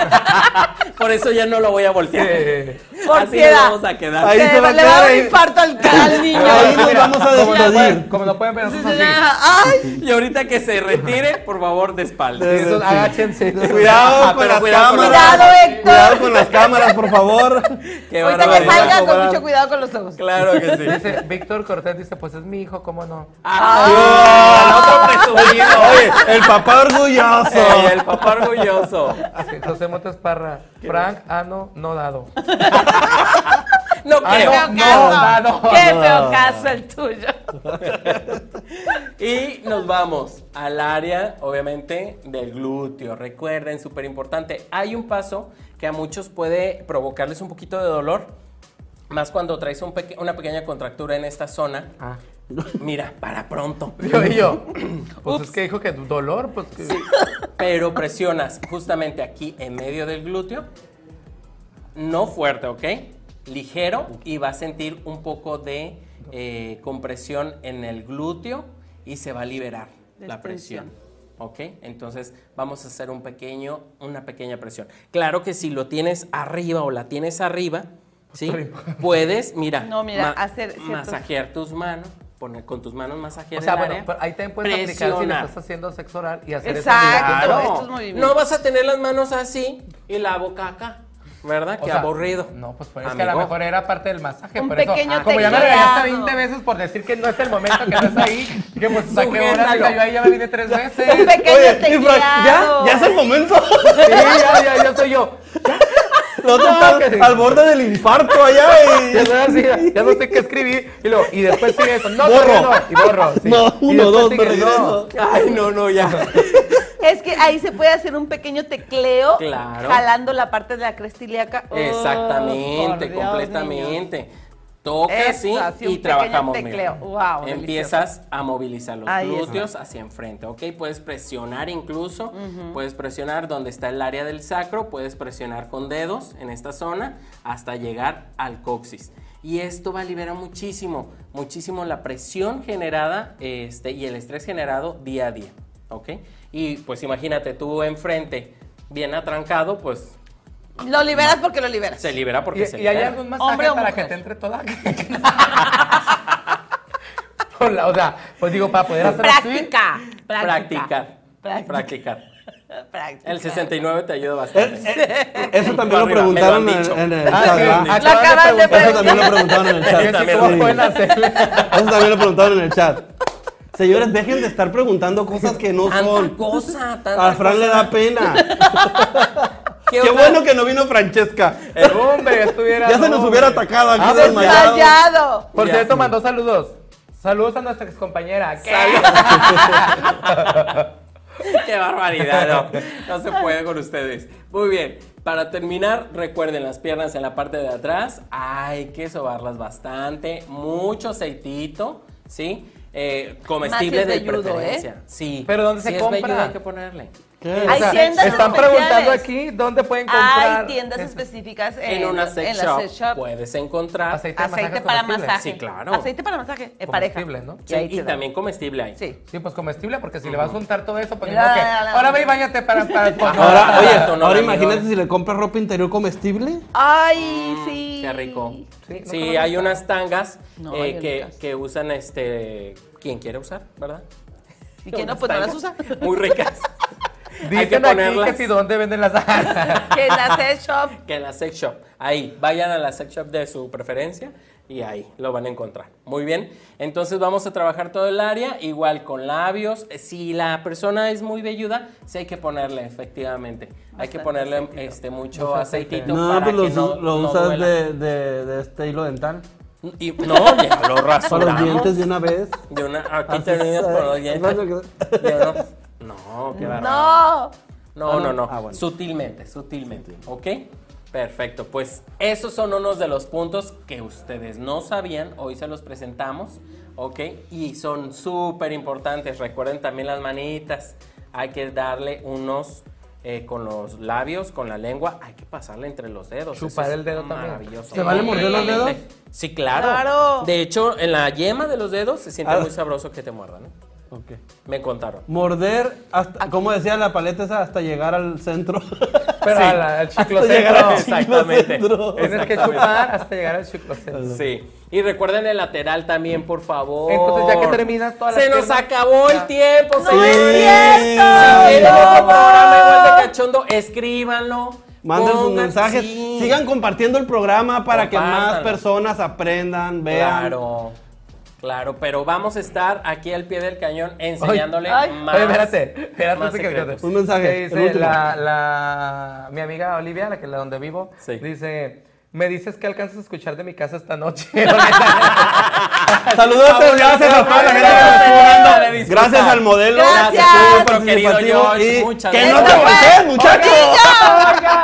Por eso ya no lo voy a voltear. Eh, Por Así nos piedad. vamos a quedar. Ahí Se- se va a le va a quedar dar un ahí. infarto al al niño. Ahí nos mira, vamos a como lo pueden- despedir. Como lo pueden ver, nosotros así. Ay, Y ahorita que se retire, por favor, de espalda. Esos, agáchense. Ah, Cuidado con pero las cuidado con cámaras. cuidado, Héctor. Cuidado con las cámaras, por favor. Qué Ahorita que barbaridad. salga con Cobrar. mucho cuidado con los ojos. Claro que sí. Dice Víctor Cortés, dice, pues es mi hijo, ¿cómo no? ¡Ah! El otro presumido. Oye, el papá orgulloso. Ey, el papá orgulloso. Sí, José Montes Parra, Frank, ano, no dado. No Ah, creo. Qué feo no, caso. no, no. Qué feo caso el tuyo. Y nos vamos al área, obviamente, del glúteo. Recuerden, súper importante. Hay un paso que a muchos puede provocarles un poquito de dolor. Más cuando traes un peque- una pequeña contractura en esta zona. Ah. Mira, *laughs* para pronto. *laughs* Yo y yo. Pues es que dijo que dolor, pues que... Pero presionas justamente aquí en medio del glúteo. No fuerte, ¿ok? Ligero y va a sentir un poco de eh, compresión en el glúteo y se va a liberar la presión. ¿Ok? Entonces vamos a hacer un pequeño, una pequeña presión. Claro que si lo tienes arriba o la tienes arriba, ¿sí? arriba. Puedes, mira, No, mira, hacer ciertos- masajear tus manos, poner con tus manos O masajear sea, el bueno, área. pero ahí también puedes aplicar si le Presionar. estás haciendo sexo oral y hacer Exacto. eso. Claro. Claro. estos movimientos. No vas a tener las manos así y la boca acá. ¿Verdad? Qué aburrido. No, pues pero es que a lo Amigo. mejor era parte del masaje. Un por eso, pequeño como ya me tecleado. regañaste 20 veces por decir que no es el momento, que no es ahí, que pues saqué hora, Sujétalo. mira, yo ahí ya me vine tres Un veces. pequeño Oye, y Fran, ya, tecleado. ya es el momento. Sí, ya, ya, ya soy yo. Lo otro No, está que- al borde del infarto allá Ya, y. soy así, ya- ya no sé qué escribir. Y, luego, y después sigue eso. No, Borro. borro. No, y borro. sí. No, Y uno, dos, después sigue, me no. regreso. *laughs* Ay, no, no, ya. Es que ahí se puede hacer un pequeño tecleo Claro. jalando la parte de la cresta ilíaca. Oh, por Exactamente, Dios, niños. completamente. Toca Eso, así así un y pequeño trabajamos tecleo. mejor. Guau, Empiezas a movilizar los Ahí está. glúteos hacia enfrente, ¿ok? Puedes presionar incluso, puedes presionar donde está el área del sacro, puedes presionar con dedos en esta zona hasta llegar al coxis. Y esto va a liberar muchísimo, muchísimo la presión generada este, y el estrés generado día a día, ¿ok? Y pues imagínate tú enfrente, bien atrancado, pues Lo liberas porque lo liberas. se libera porque ¿Y, se y hay libera. algún masaje Hombre o para mujer. que te entre toda *laughs* Por la- o sea, pues digo, para poder hacer Práctica, Practicar. Práctica. Practicar. Práctica. El 69 te ayuda bastante. Eh, Eso también lo Arriba, me lo han preguntaron en, dicho. Ah, en el así. chat, ¿verdad? Ah, Lo acaban de Eso también lo preguntaron en el Sí, chat. sí, ¿Cómo pueden hacerlo? Eso también lo preguntaron en el chat. Señores, dejen de estar preguntando cosas que no Tanta son. cosa, tanta A Fran le cosa. da pena. ¿Qué Qué otra? bueno que no vino Francesca. Eh, El hombre estuviera. Ya se nos hombre. hubiera atacado *laughs* Ah, aquí pues, desmayado. Fallado. Por Ya cierto, sé. mandó saludos. Saludos a nuestra excompañera. ¿Qué? *laughs* Qué barbaridad, no. No se puede con ustedes. Muy bien. Para terminar, recuerden las piernas en la parte de atrás. Hay que sobarlas bastante. Mucho aceitito, ¿sí? Eh, comestible Más si de, es velludo, preferencia. ¿eh? Sí. Pero ¿dónde Si se es compra? velludo hay que ponerle. ¿Qué? Hay tiendas Están especiales. preguntando aquí dónde pueden comprar. Hay tiendas es- específicas en, En, una sex en la shop, sex shop. puedes encontrar Aceite, de Aceite masajes para comestibles. masaje. Sí, claro. Aceite para masaje. eh, pareja. Comestible, ¿no? Sí, ahí y te da. también comestible ahí. Sí. Sí, pues comestible, porque si le vas a untar todo eso, pues La, digo que. la, la, Ahora la. ve y bañate para. *laughs* para pues, no. Ahora, oye, Tanto no ahora la imagínate vio. si le compras ropa interior comestible. Ay, sí. Qué rico. Sí, Sí, no conozco. hay unas tangas No, eh, hay que, unas. que usan este. Quien quiere usar, ¿verdad? ¿Y quién no? Unas Pues no las tangas usa. *laughs* Muy *laughs* ricas. Hay que Dicen aquí que ponerlas. si dónde venden las. *laughs* *laughs* Que en la sex shop. Que en la sex shop. Ahí, vayan a la sex shop de su preferencia y ahí lo van a encontrar. Muy bien. Entonces vamos a trabajar todo el área, igual con labios. Eh, Si la persona es muy velluda, sí hay que ponerle, efectivamente. hay que ponerle este mucho aceitito. No, para pues lo, que no, lo no usas duela. de, de, de este hilo dental. Y- no, ya lo Para los rasuramos. dientes de una vez. De una, aquí Así terminas se- con los dientes. Exacto. *laughs* De uno- No, qué bárbaro. No. No, no, no. Ah, bueno. Sutilmente, sutilmente. ¿Ok? Perfecto. Pues esos son unos de los puntos que ustedes no sabían. Hoy se los presentamos. ¿Ok? Y son súper importantes. Recuerden también las manitas. Hay que darle unos. eh, con los labios, con la lengua, hay que pasarle entre los dedos. Chupar Eso es el dedo también. maravilloso. ¿Se vale morder los dedos? Sí, claro. Claro. De hecho, en la yema de los dedos se siente Ah. muy sabroso que te muerdan. ¿eh? Ok. Me contaron. Morder, hasta, como decía la paleta esa, hasta llegar al *laughs* centro. Pero Sí. al- llegar al chiclocentro. al chiclo Exactamente. centro. Tienes que chupar hasta llegar al chiclocentro. Sí. Y recuerden el lateral también, por favor. Entonces, ya que terminas todas las Se nos piernas, acabó el ya. tiempo, No señores. es Si quieren cierto. otro programa igual de cachondo, escríbanlo. Manden sus pongan- mensajes. sí. Sigan compartiendo el programa para que más Compártanlo. personas aprendan, vean. Claro. Claro, pero vamos a estar aquí al pie del cañón enseñándole Ay. más. Oye, espérate, espérate. más antes de que- secretos. Un mensaje, Que el dice último. la, la- mi amiga Olivia, la que la donde vivo, Sí. dice, me dices que alcanzas a escuchar de mi casa esta noche. *laughs* Saludos, Fabuloso, gracias a toda la gente que nos gracias, estuvo dando. dale, disfruta. Gracias al modelo. Gracias. estuvo Nuestro querido participativo George, y muchas que gracias. no te volteen, muchachos. Oigan. *laughs*